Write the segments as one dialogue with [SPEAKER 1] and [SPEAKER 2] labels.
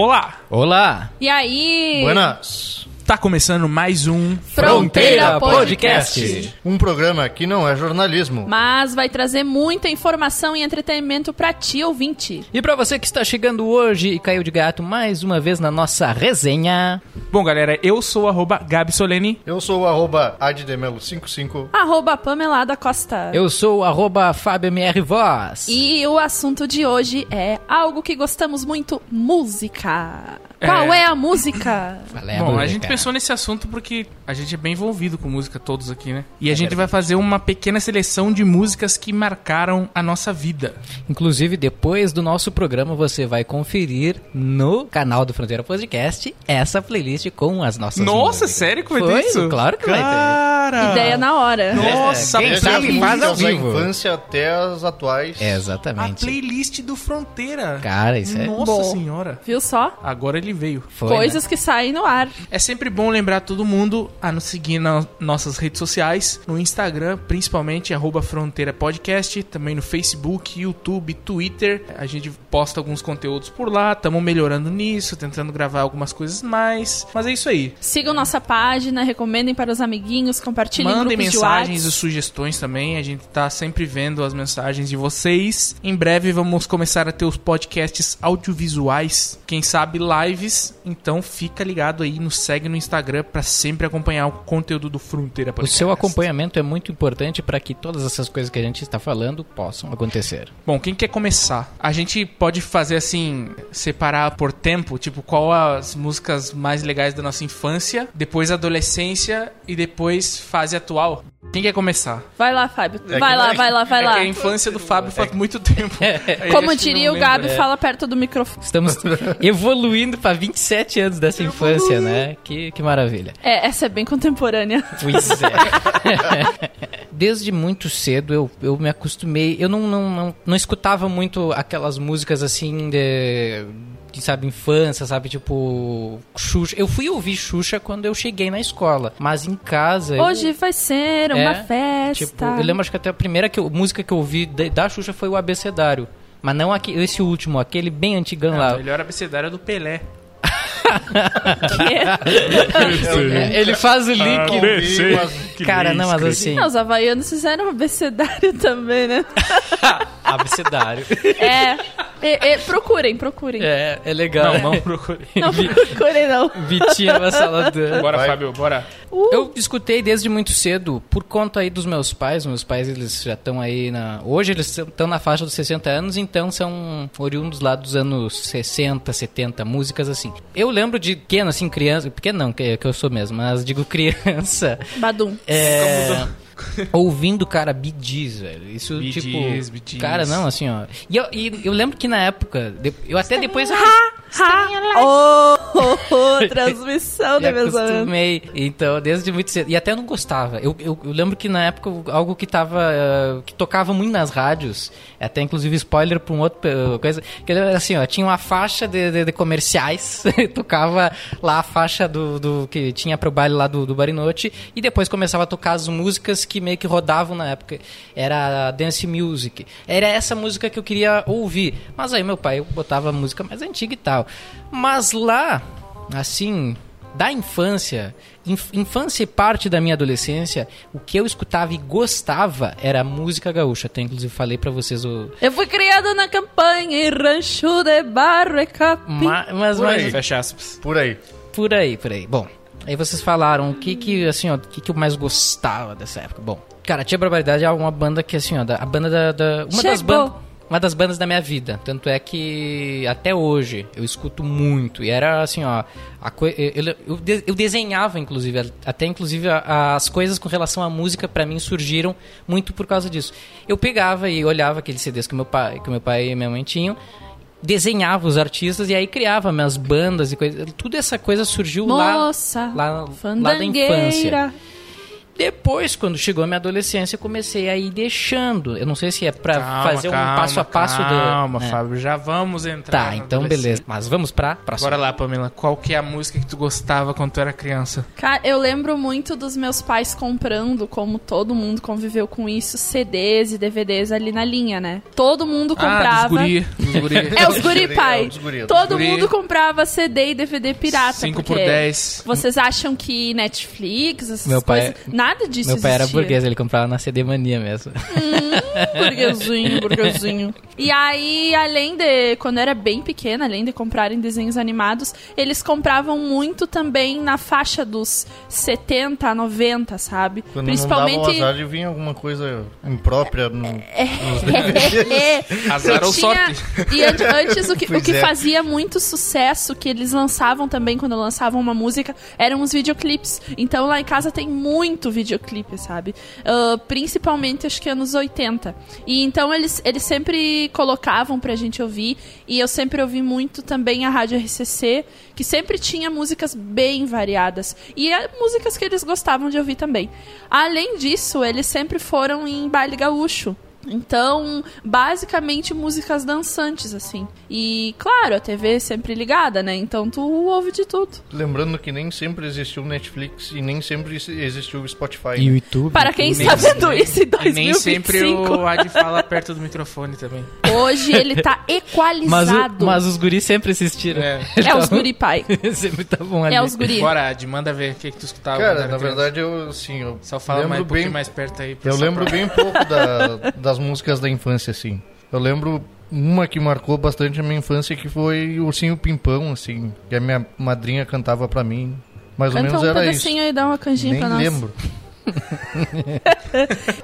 [SPEAKER 1] Olá!
[SPEAKER 2] Olá!
[SPEAKER 3] E aí?
[SPEAKER 4] Buenas!
[SPEAKER 1] Tá começando mais um
[SPEAKER 3] Fronteira Podcast.
[SPEAKER 4] Um programa que não é jornalismo.
[SPEAKER 3] Mas vai trazer muita informação e entretenimento pra ti, ouvinte.
[SPEAKER 2] E pra você que está chegando hoje e caiu de gato mais uma vez na nossa resenha.
[SPEAKER 1] Bom, galera, eu sou o arroba Gabi Solene.
[SPEAKER 4] Eu sou o arroba addemelo55.
[SPEAKER 3] Arroba Pamela da Costa.
[SPEAKER 2] Eu sou o arroba FabioMR Voz.
[SPEAKER 3] E o assunto de hoje é algo que gostamos muito, música. Qual é a música?
[SPEAKER 2] Qual é a
[SPEAKER 1] Bom, a
[SPEAKER 2] música?
[SPEAKER 1] gente pensou nesse assunto porque a gente é bem envolvido com música, todos aqui, né? E a
[SPEAKER 2] É
[SPEAKER 1] gente vai
[SPEAKER 2] verdade.
[SPEAKER 1] fazer uma pequena seleção de músicas que marcaram a nossa vida.
[SPEAKER 2] Inclusive, depois do nosso programa, você vai conferir no canal do Fronteira Podcast essa playlist com as nossas
[SPEAKER 1] Nossa,
[SPEAKER 2] músicas.
[SPEAKER 1] sério que vai ter
[SPEAKER 2] Foi?
[SPEAKER 1] isso?
[SPEAKER 2] Claro que vai ter.
[SPEAKER 1] Cara!
[SPEAKER 3] Ideia na hora.
[SPEAKER 1] Nossa,
[SPEAKER 2] É, Quem
[SPEAKER 1] a
[SPEAKER 4] Desde
[SPEAKER 2] sabe
[SPEAKER 4] as
[SPEAKER 2] faz ao
[SPEAKER 4] músicas da
[SPEAKER 2] vivo. É,
[SPEAKER 4] infância até as atuais. É
[SPEAKER 1] A
[SPEAKER 2] Exatamente.
[SPEAKER 1] playlist do Fronteira.
[SPEAKER 2] Cara, isso é...
[SPEAKER 1] Nossa
[SPEAKER 3] Bom.
[SPEAKER 1] senhora.
[SPEAKER 3] Viu só?
[SPEAKER 1] Agora ele veio.
[SPEAKER 2] Foi, né?
[SPEAKER 3] Coisas
[SPEAKER 1] né?
[SPEAKER 3] que saem no ar.
[SPEAKER 1] É sempre bom lembrar todo mundo a nos seguir nas nossas redes sociais, no Instagram, principalmente arroba Fronteira Podcast, também no Facebook, YouTube, Twitter. A gente posta alguns conteúdos por lá, estamos melhorando nisso, tentando gravar algumas coisas mais. Mas é isso aí.
[SPEAKER 3] Sigam nossa página, recomendem para os amiguinhos, compartilhem em
[SPEAKER 1] Mandem
[SPEAKER 3] grupos
[SPEAKER 1] mensagens e
[SPEAKER 3] de WhatsApp.
[SPEAKER 1] sugestões também. A gente tá sempre vendo as mensagens de vocês. Em breve vamos começar a ter os podcasts audiovisuais, quem sabe lives. Então fica ligado aí, nos segue no Instagram pra sempre acompanhar o conteúdo do Fronteira
[SPEAKER 2] O
[SPEAKER 1] Podcast.
[SPEAKER 2] seu acompanhamento é muito importante para que todas essas coisas que a gente está falando possam acontecer.
[SPEAKER 1] Bom, quem quer começar? A gente pode fazer assim, separar por tempo, tipo, qual as músicas mais legais da nossa infância, depois adolescência e depois fase atual. Quem quer começar?
[SPEAKER 3] Vai lá, Fábio.
[SPEAKER 4] que
[SPEAKER 3] Vai lá,
[SPEAKER 4] vai-
[SPEAKER 3] vai lá, vai
[SPEAKER 1] É que é
[SPEAKER 3] lá.
[SPEAKER 1] a infância do Fábio
[SPEAKER 2] É.
[SPEAKER 1] faz muito tempo. Aí
[SPEAKER 3] Como
[SPEAKER 1] acho que
[SPEAKER 3] diria
[SPEAKER 1] não
[SPEAKER 3] o
[SPEAKER 1] lembra.
[SPEAKER 3] Gabi, fala perto do microfone.
[SPEAKER 2] Estamos evoluindo para 27 anos dessa infância, né? Que, que maravilha.
[SPEAKER 3] É, essa é bem contemporânea.
[SPEAKER 2] Pois é. Desde muito cedo eu, eu me acostumei. Eu não, não, não, não escutava muito aquelas músicas assim de, de, sabe, infância, sabe? Tipo, Xuxa. Eu fui ouvir Xuxa quando eu cheguei na escola. Mas em casa. eu-
[SPEAKER 3] Hoje vai ser uma
[SPEAKER 2] um- É,
[SPEAKER 3] festa.
[SPEAKER 2] Tipo, eu lembro acho que até a primeira que eu- música que eu ouvi da, da Xuxa foi o abecedário. Mas não aque- esse último, aquele bem antigão
[SPEAKER 1] Ah,
[SPEAKER 2] lá.
[SPEAKER 1] o melhor abecedário é do Pelé.
[SPEAKER 2] É, Ele faz o link.
[SPEAKER 4] Ouvi, mas
[SPEAKER 2] Cara, não, mas assim.
[SPEAKER 3] Ah, os havaianos fizeram um abecedário também, né?
[SPEAKER 2] Abecedário.
[SPEAKER 3] é, E- e- Procurem, procurem.
[SPEAKER 2] É, é legal.
[SPEAKER 1] Não, não procurei.
[SPEAKER 3] Não procurem, não.
[SPEAKER 2] Vitinho na sala do...
[SPEAKER 1] Bora,
[SPEAKER 4] Vai.
[SPEAKER 1] Fábio, bora.
[SPEAKER 3] Uh,
[SPEAKER 2] Eu escutei desde muito cedo, por conta aí dos meus pais. Meus pais, eles já estão aí na... Hoje eles estão na faixa dos 60 anos, então são oriundos lá dos anos 60, 70, músicas assim. Eu lembro de pequeno, assim, criança... Pequeno não, que, que eu sou mesmo, mas digo criança...
[SPEAKER 3] Badum.
[SPEAKER 2] É... Ouvindo, cara, Bee Gees, velho. Isso,
[SPEAKER 1] Bee
[SPEAKER 2] tipo...
[SPEAKER 1] Gees, Bee Gees.
[SPEAKER 2] Cara, não, assim, ó... E eu, e eu lembro que na época... de- Eu até depois... eu-
[SPEAKER 3] Ha! Oh, oh, oh, transmissão,
[SPEAKER 2] Me
[SPEAKER 3] né, meus amigos?
[SPEAKER 2] acostumei. Então, desde muito cedo. E até eu não gostava. Eu, eu, eu lembro que na época eu- algo que tava. eh, que tocava muito nas rádios. Até inclusive spoiler pra um outro eh, coisa. Que era assim, ó, tinha uma faixa de, de- de comerciais. tocava lá a faixa do, do- que tinha pro baile lá do, do Barinote. E depois começava a tocar as músicas que meio que rodavam na época. Era a Dance Music. Era essa música que eu queria ouvir. Mas aí meu pai botava música mais antiga e tal. Mas lá, assim, da infância, inf- infância e parte da minha adolescência, o que eu escutava e gostava era música gaúcha. Até inclusive falei pra vocês o
[SPEAKER 3] Eu fui criada na campanha em Rancho de Barro e Capim.
[SPEAKER 2] ma- mas
[SPEAKER 4] Por
[SPEAKER 2] mas-
[SPEAKER 4] aí.
[SPEAKER 1] Fecha aspas.
[SPEAKER 4] Por aí.
[SPEAKER 2] por aí, por aí. Bom, aí vocês falaram o que que assim, ó, o que que eu mais gostava dessa época. Bom, cara, Tia Barbaridade é uma banda que assim, ó, da- a banda da, da- uma das
[SPEAKER 3] Chegou.
[SPEAKER 2] bandas uma das bandas da minha vida. Tanto é que até hoje eu escuto muito. E era assim, ó. a coi- eu, eu- eu de- eu desenhava, inclusive. a- Até inclusive a- as coisas com relação à música pra mim surgiram muito por causa disso. Eu pegava e olhava aqueles CDs que meu pai, que meu pai e minha mãe tinham. Desenhava os artistas e aí criava minhas bandas e coisas. Tudo essa coisa surgiu lá-
[SPEAKER 3] Moça,
[SPEAKER 2] lá, lá, da infância.
[SPEAKER 3] fandangueira.
[SPEAKER 2] Depois, quando chegou a minha adolescência, eu comecei a ir deixando. Eu não sei se é pra
[SPEAKER 1] Calma,
[SPEAKER 2] fazer um
[SPEAKER 1] calma,
[SPEAKER 2] passo a passo do.
[SPEAKER 1] Calma,
[SPEAKER 2] né?
[SPEAKER 1] Fábio, já vamos entrar.
[SPEAKER 2] Tá,
[SPEAKER 1] na
[SPEAKER 2] então
[SPEAKER 1] adolescência.
[SPEAKER 2] beleza. Mas vamos pra próxima.
[SPEAKER 1] Bora lá, Pamela. Qual que é a música que tu gostava quando tu era criança?
[SPEAKER 3] Cara, eu lembro muito dos meus pais comprando, como todo mundo conviveu com isso, CDs e DVDs ali na linha, né? Todo mundo
[SPEAKER 1] Ah,
[SPEAKER 3] comprava.
[SPEAKER 1] dos guri. Dos guri.
[SPEAKER 3] É os
[SPEAKER 4] Guri,
[SPEAKER 3] guri
[SPEAKER 4] é,
[SPEAKER 3] pai.
[SPEAKER 4] os guri, é, os
[SPEAKER 3] Todo
[SPEAKER 1] guri.
[SPEAKER 3] mundo comprava CD e DVD pirata.
[SPEAKER 1] 5
[SPEAKER 3] porque
[SPEAKER 1] por 10.
[SPEAKER 3] Vocês acham que Netflix, essas
[SPEAKER 2] Meu pai- é-
[SPEAKER 3] coisas. Nada disso
[SPEAKER 2] Meu pai era
[SPEAKER 3] existia.
[SPEAKER 2] burguês, ele comprava na CD Mania mesmo.
[SPEAKER 3] Burguesinho, burguesinho. E aí, além de. Quando eu era bem pequena, além de comprarem desenhos animados, eles compravam muito também na faixa dos 70 a 90, sabe?
[SPEAKER 4] Quando não dava o
[SPEAKER 3] Principalmente.
[SPEAKER 4] azar de vir alguma coisa imprópria no...
[SPEAKER 3] É,
[SPEAKER 1] Azar ou
[SPEAKER 3] Tinha-
[SPEAKER 1] sorte?
[SPEAKER 3] E an- antes, o que, o
[SPEAKER 4] Pois
[SPEAKER 3] que
[SPEAKER 4] é.
[SPEAKER 3] fazia muito sucesso, que eles lançavam também quando lançavam uma música, eram os videoclipes. Então lá em casa tem muito videoclipe, sabe? Ah, principalmente acho que anos 80. E então eles, eles sempre colocavam pra gente ouvir. E eu sempre ouvi muito também a Rádio RCC, que sempre tinha músicas bem variadas. E é músicas que eles gostavam de ouvir também. Além disso, eles sempre foram em baile gaúcho. Então, basicamente músicas dançantes, assim. E, claro, a TV sempre ligada, né? Então tu ouve de tudo.
[SPEAKER 4] Lembrando que nem sempre existiu Netflix e nem sempre ex- existiu o Spotify. né?
[SPEAKER 2] YouTube.
[SPEAKER 3] Para quem
[SPEAKER 1] nem
[SPEAKER 3] está vendo
[SPEAKER 1] sempre-
[SPEAKER 3] isso em
[SPEAKER 1] E nem sempre
[SPEAKER 3] 2025,
[SPEAKER 1] o Ad fala perto do microfone também.
[SPEAKER 3] hoje ele
[SPEAKER 2] Mas,
[SPEAKER 3] tá
[SPEAKER 2] o- então-
[SPEAKER 3] equalizado.
[SPEAKER 2] mas os guris sempre assistiram.
[SPEAKER 1] É.
[SPEAKER 3] É os guri pai.
[SPEAKER 2] sempre estavam ali.
[SPEAKER 3] É os guri.
[SPEAKER 1] Bora, Ad, manda ver o que, que tu escutava. quando
[SPEAKER 4] Cara,
[SPEAKER 1] era
[SPEAKER 4] na
[SPEAKER 1] criança.
[SPEAKER 4] verdade, eu, assim, eu
[SPEAKER 1] Só fala
[SPEAKER 4] lembro
[SPEAKER 1] mais, um
[SPEAKER 4] bem...
[SPEAKER 1] pouquinho mais perto aí. pra
[SPEAKER 4] Eu
[SPEAKER 1] só
[SPEAKER 4] lembro
[SPEAKER 1] pra-
[SPEAKER 4] bem pouco da- das músicas da infância, assim. Eu lembro uma que marcou bastante a minha infância, que foi Ursinho Pimpão, assim. Que a minha madrinha cantava pra mim. Mais ou
[SPEAKER 3] Canta
[SPEAKER 4] menos
[SPEAKER 3] um
[SPEAKER 4] era isso.
[SPEAKER 3] pedacinho e dá uma canjinha
[SPEAKER 4] Nem
[SPEAKER 3] pra nós.
[SPEAKER 4] lembro.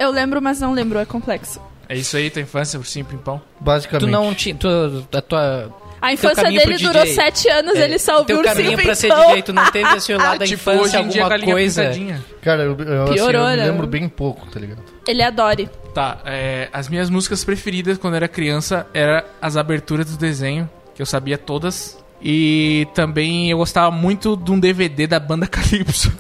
[SPEAKER 3] Eu lembro, mas não lembro, é complexo.
[SPEAKER 1] É isso aí, tua infância, ursinho pimpão.
[SPEAKER 4] Basicamente.
[SPEAKER 2] Tu não tinha. Tu, a tua.
[SPEAKER 3] A infância
[SPEAKER 2] caminho
[SPEAKER 3] dele
[SPEAKER 2] pro
[SPEAKER 3] durou
[SPEAKER 2] DJ.
[SPEAKER 3] sete anos, ele só
[SPEAKER 2] teu
[SPEAKER 3] ouviu o
[SPEAKER 2] caminho pra ser
[SPEAKER 3] Pimpão.
[SPEAKER 2] DJ, tu não teve assim
[SPEAKER 1] Ah,
[SPEAKER 2] lá
[SPEAKER 1] tipo,
[SPEAKER 2] da infância alguma
[SPEAKER 1] é galinha
[SPEAKER 2] coisa.
[SPEAKER 1] pintadinha.
[SPEAKER 4] Cara, eu, eu, assim, eu
[SPEAKER 3] Piorou,
[SPEAKER 4] me
[SPEAKER 3] né?
[SPEAKER 4] lembro bem pouco, tá ligado?
[SPEAKER 3] Ele adore.
[SPEAKER 1] Tá, é, as minhas músicas preferidas quando era criança eram as aberturas do desenho, que eu sabia todas. E também eu gostava muito de um DVD da banda Calypso.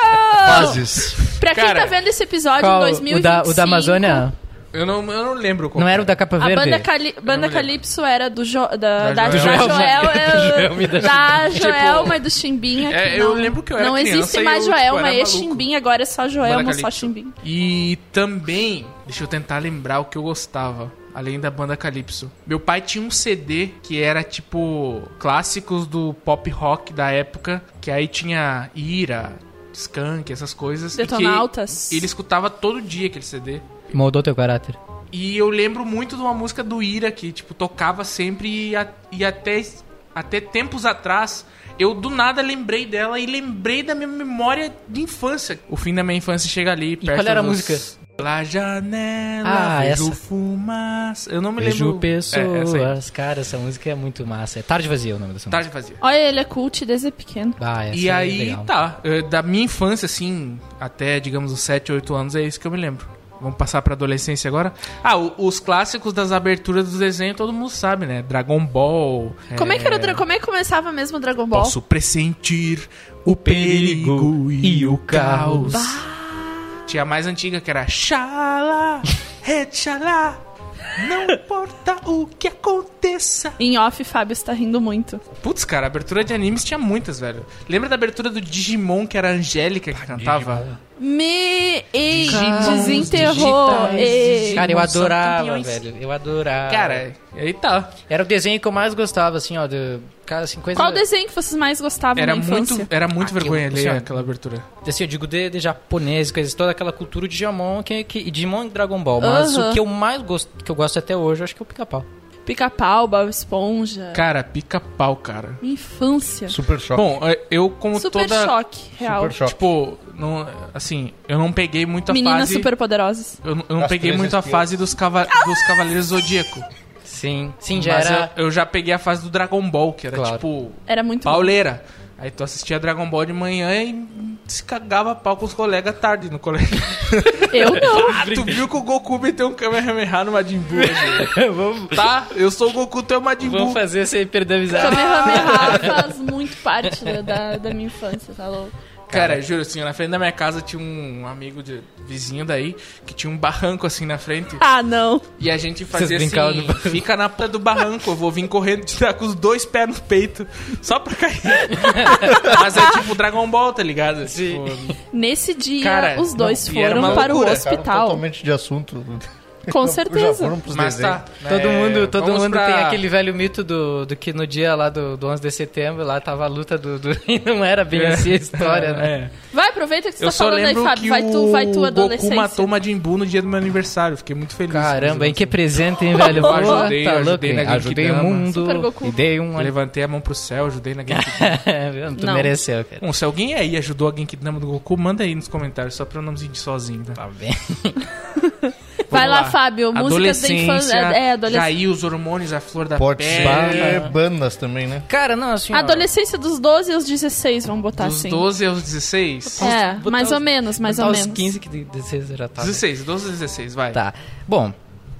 [SPEAKER 4] Fases.
[SPEAKER 3] Pra quem
[SPEAKER 1] Cara,
[SPEAKER 3] tá vendo esse episódio
[SPEAKER 2] Qual?
[SPEAKER 3] em
[SPEAKER 2] o,
[SPEAKER 3] 2025...
[SPEAKER 2] da, o da Amazônia?
[SPEAKER 1] Eu não, eu não lembro qual.
[SPEAKER 2] Não era o da Capa
[SPEAKER 3] A
[SPEAKER 2] Verde?
[SPEAKER 3] banda, Cali banda
[SPEAKER 1] lembro.
[SPEAKER 3] Calypso era do jo
[SPEAKER 1] Da
[SPEAKER 3] da, da,
[SPEAKER 1] Joelma.
[SPEAKER 3] da Joelma,
[SPEAKER 2] Joelma e da
[SPEAKER 3] da
[SPEAKER 1] Chimbinha.
[SPEAKER 3] Joelma e do Chimbinha. que
[SPEAKER 1] É, eu lembro que eu era
[SPEAKER 3] Não
[SPEAKER 1] criança
[SPEAKER 3] existe
[SPEAKER 1] e
[SPEAKER 3] mais
[SPEAKER 1] eu, tipo,
[SPEAKER 3] Joelma
[SPEAKER 1] era
[SPEAKER 3] e
[SPEAKER 1] maluco.
[SPEAKER 3] Chimbinha, agora é só Joelma,
[SPEAKER 1] Banda
[SPEAKER 3] só
[SPEAKER 1] Calypso.
[SPEAKER 3] Chimbinha.
[SPEAKER 1] E também, deixa eu tentar lembrar o que eu gostava, além da banda Calypso. Meu pai tinha um CD que era tipo clássicos do pop rock da época, que aí tinha Ira, Skunk, essas coisas. e que
[SPEAKER 3] Detonautas.
[SPEAKER 1] Ele escutava todo dia aquele CD.
[SPEAKER 2] Moldou teu caráter.
[SPEAKER 1] E eu lembro muito de uma música do Ira que, tipo, tocava sempre e, a- e até, até tempos atrás eu do nada lembrei dela e lembrei da minha memória de infância. O fim da minha infância chega ali. perto
[SPEAKER 2] qual era a
[SPEAKER 1] dos-
[SPEAKER 2] música?
[SPEAKER 1] Pela janela,
[SPEAKER 2] Ah,
[SPEAKER 1] vejo
[SPEAKER 2] essa.
[SPEAKER 1] fumaça. Eu não me
[SPEAKER 2] Vejo
[SPEAKER 1] lembro. É,
[SPEAKER 2] pessoas.
[SPEAKER 1] essa aí.
[SPEAKER 2] Cara, essa música é muito massa. É Tarde Vazia o nome dessa música.
[SPEAKER 1] Tarde vazia.
[SPEAKER 3] Olha, ele é cult desde pequeno.
[SPEAKER 2] Ah, essa
[SPEAKER 1] E
[SPEAKER 2] é
[SPEAKER 1] aí,
[SPEAKER 2] legal.
[SPEAKER 1] tá. eh, Da minha infância, assim, até, digamos, os 7, 8 anos, é isso que eu me lembro. Vamos passar pra adolescência agora? Ah, o- os clássicos das aberturas dos desenhos todo mundo sabe, né? Dragon Ball. eh,
[SPEAKER 3] Como é que era o dra- como é que começava mesmo o Dragon Ball?
[SPEAKER 1] Posso pressentir o perigo e o caos. Tinha a mais antiga que era Xalá, Retxalá. Não importa o que aconteça.
[SPEAKER 3] Em off, Fábio está rindo muito.
[SPEAKER 1] Putz, cara, abertura de animes tinha muitas, velho. Lembra da abertura do Digimon, que era a Angélica que
[SPEAKER 2] né?
[SPEAKER 1] cantava?
[SPEAKER 3] Me ei,
[SPEAKER 1] Digimons
[SPEAKER 3] desenterrou.
[SPEAKER 1] digitais,
[SPEAKER 3] ei.
[SPEAKER 2] Cara, eu
[SPEAKER 1] São
[SPEAKER 2] adorava,
[SPEAKER 1] campeões.
[SPEAKER 2] velho. Eu adorava.
[SPEAKER 1] Cara, aí tá.
[SPEAKER 2] Era o desenho que eu mais gostava, assim, ó. De, cara, assim, coisa.
[SPEAKER 3] Qual desenho que vocês mais gostavam
[SPEAKER 1] Era
[SPEAKER 3] na
[SPEAKER 1] muito,
[SPEAKER 3] infância?
[SPEAKER 1] era muito
[SPEAKER 2] Aquilo,
[SPEAKER 1] vergonha
[SPEAKER 2] assim,
[SPEAKER 1] alheia
[SPEAKER 2] ó.
[SPEAKER 1] aquela abertura.
[SPEAKER 2] Assim, eu digo de, de japonês, coisas, toda aquela cultura de Digimon, que, que, e Digimon e Dragon Ball. Mas
[SPEAKER 3] Aham.
[SPEAKER 2] o que eu mais gosto, que eu gosto até hoje, eu acho que é o pica-pau.
[SPEAKER 3] Pica-pau, Bob Esponja.
[SPEAKER 1] Cara, pica-pau, cara.
[SPEAKER 3] Minha infância.
[SPEAKER 4] Super choque.
[SPEAKER 1] Bom, eh, eu como
[SPEAKER 3] Super
[SPEAKER 1] toda...
[SPEAKER 3] choque, real.
[SPEAKER 4] Super choque.
[SPEAKER 1] Tipo, não, assim, eu não peguei muito a
[SPEAKER 3] Meninas
[SPEAKER 1] fase...
[SPEAKER 3] superpoderosas.
[SPEAKER 1] Eu, n- eu não
[SPEAKER 4] As
[SPEAKER 1] peguei
[SPEAKER 4] três
[SPEAKER 1] muito a
[SPEAKER 4] espiãs.
[SPEAKER 1] fase dos, cava- dos Cavaleiros Zodíaco.
[SPEAKER 2] Sim. Sim, já
[SPEAKER 1] mas
[SPEAKER 2] era.
[SPEAKER 1] eu, eu já peguei a fase do Dragon Ball, que era
[SPEAKER 2] Claro.
[SPEAKER 1] tipo...
[SPEAKER 3] Era muito bom.
[SPEAKER 1] Pauleira. Aí tu assistia Dragon Ball de manhã e se cagava a pau com os colegas à tarde no colégio.
[SPEAKER 3] Eu não.
[SPEAKER 1] Ah, tu viu que o Goku meteu um Kamehameha no Majin Buu. hoje?
[SPEAKER 2] vamos,
[SPEAKER 1] tá, eu sou o Goku, tu é o Majin Buu.
[SPEAKER 2] vamos fazer sem perder a amizade.
[SPEAKER 3] Kamehameha faz muito parte da, da, da minha infância, tá louco?
[SPEAKER 1] Cara, juro assim, na frente da minha casa tinha um amigo de vizinho daí que tinha um barranco assim na frente.
[SPEAKER 3] Ah, não.
[SPEAKER 1] E a gente fazia
[SPEAKER 2] Vocês brincavam
[SPEAKER 1] assim,
[SPEAKER 2] do barranco.
[SPEAKER 1] fica na ponta do barranco, eu vou vir correndo de dar com os dois pés no peito, só pra cair. Mas é tipo Dragon Ball, tá ligado?
[SPEAKER 2] Sim.
[SPEAKER 1] Tipo,
[SPEAKER 3] Nesse dia,
[SPEAKER 1] Cara,
[SPEAKER 3] os dois
[SPEAKER 1] não, e era
[SPEAKER 3] foram
[SPEAKER 1] uma
[SPEAKER 3] para o
[SPEAKER 1] loucura,
[SPEAKER 4] Trocaram
[SPEAKER 3] hospital.
[SPEAKER 4] é totalmente de assunto.
[SPEAKER 3] Com
[SPEAKER 4] Já
[SPEAKER 3] certeza.
[SPEAKER 4] foram pros
[SPEAKER 1] mas
[SPEAKER 4] desenhos.
[SPEAKER 1] tá. é,
[SPEAKER 2] Todo mundo, todo
[SPEAKER 1] vamos
[SPEAKER 2] mundo
[SPEAKER 1] pra-
[SPEAKER 2] tem aquele velho mito do, do que no dia lá do, do 11 de setembro, lá tava a luta do... do- e não era bem assim a história, né?
[SPEAKER 1] É.
[SPEAKER 3] Vai, aproveita que você
[SPEAKER 1] Eu
[SPEAKER 3] tá
[SPEAKER 1] só
[SPEAKER 3] falando aí,
[SPEAKER 1] lembro que
[SPEAKER 3] Fábio. Vai tu, vai tu,
[SPEAKER 1] o Goku
[SPEAKER 3] adolescência.
[SPEAKER 1] matou o Majin Buu no dia do meu aniversário. Fiquei muito feliz.
[SPEAKER 2] Caramba, hein? Que presente, hein, velho?
[SPEAKER 3] Eu
[SPEAKER 2] Pô,
[SPEAKER 1] ajudei, eu
[SPEAKER 2] tá
[SPEAKER 1] ajudei
[SPEAKER 2] louco, hein?
[SPEAKER 1] na Genkidama.
[SPEAKER 2] Ajudei o
[SPEAKER 3] Super
[SPEAKER 2] mundo
[SPEAKER 3] Goku.
[SPEAKER 2] e dei um... É,
[SPEAKER 1] Levantei a mão pro céu, ajudei na Genki
[SPEAKER 2] tu
[SPEAKER 3] Não.
[SPEAKER 2] mereceu, cara.
[SPEAKER 1] Bom, se alguém aí ajudou alguém que do Goku, manda aí nos comentários, só pra eu não me sentir sozinho, tá?
[SPEAKER 2] Tá bem.
[SPEAKER 3] Vai
[SPEAKER 1] Vamos
[SPEAKER 3] lá, Fábio. Músicas da infância. É, adolescência.
[SPEAKER 1] Caiu os hormônios, a flor da
[SPEAKER 4] Pode
[SPEAKER 1] pele.
[SPEAKER 4] ser é, bandas também, né?
[SPEAKER 2] Cara, não, assim... ó,
[SPEAKER 3] Adolescência dos 12 aos 16, vamos botar
[SPEAKER 1] Dos
[SPEAKER 3] assim.
[SPEAKER 1] 12 aos 16?
[SPEAKER 3] É,
[SPEAKER 2] Botar
[SPEAKER 3] mais
[SPEAKER 2] tá os-
[SPEAKER 3] ou menos, mais ou
[SPEAKER 2] aos
[SPEAKER 3] menos.
[SPEAKER 2] 15 que de- 16 já tá
[SPEAKER 4] Tá
[SPEAKER 2] tava.
[SPEAKER 1] 16, 12 aos 16, vai.
[SPEAKER 2] Tá. Bom,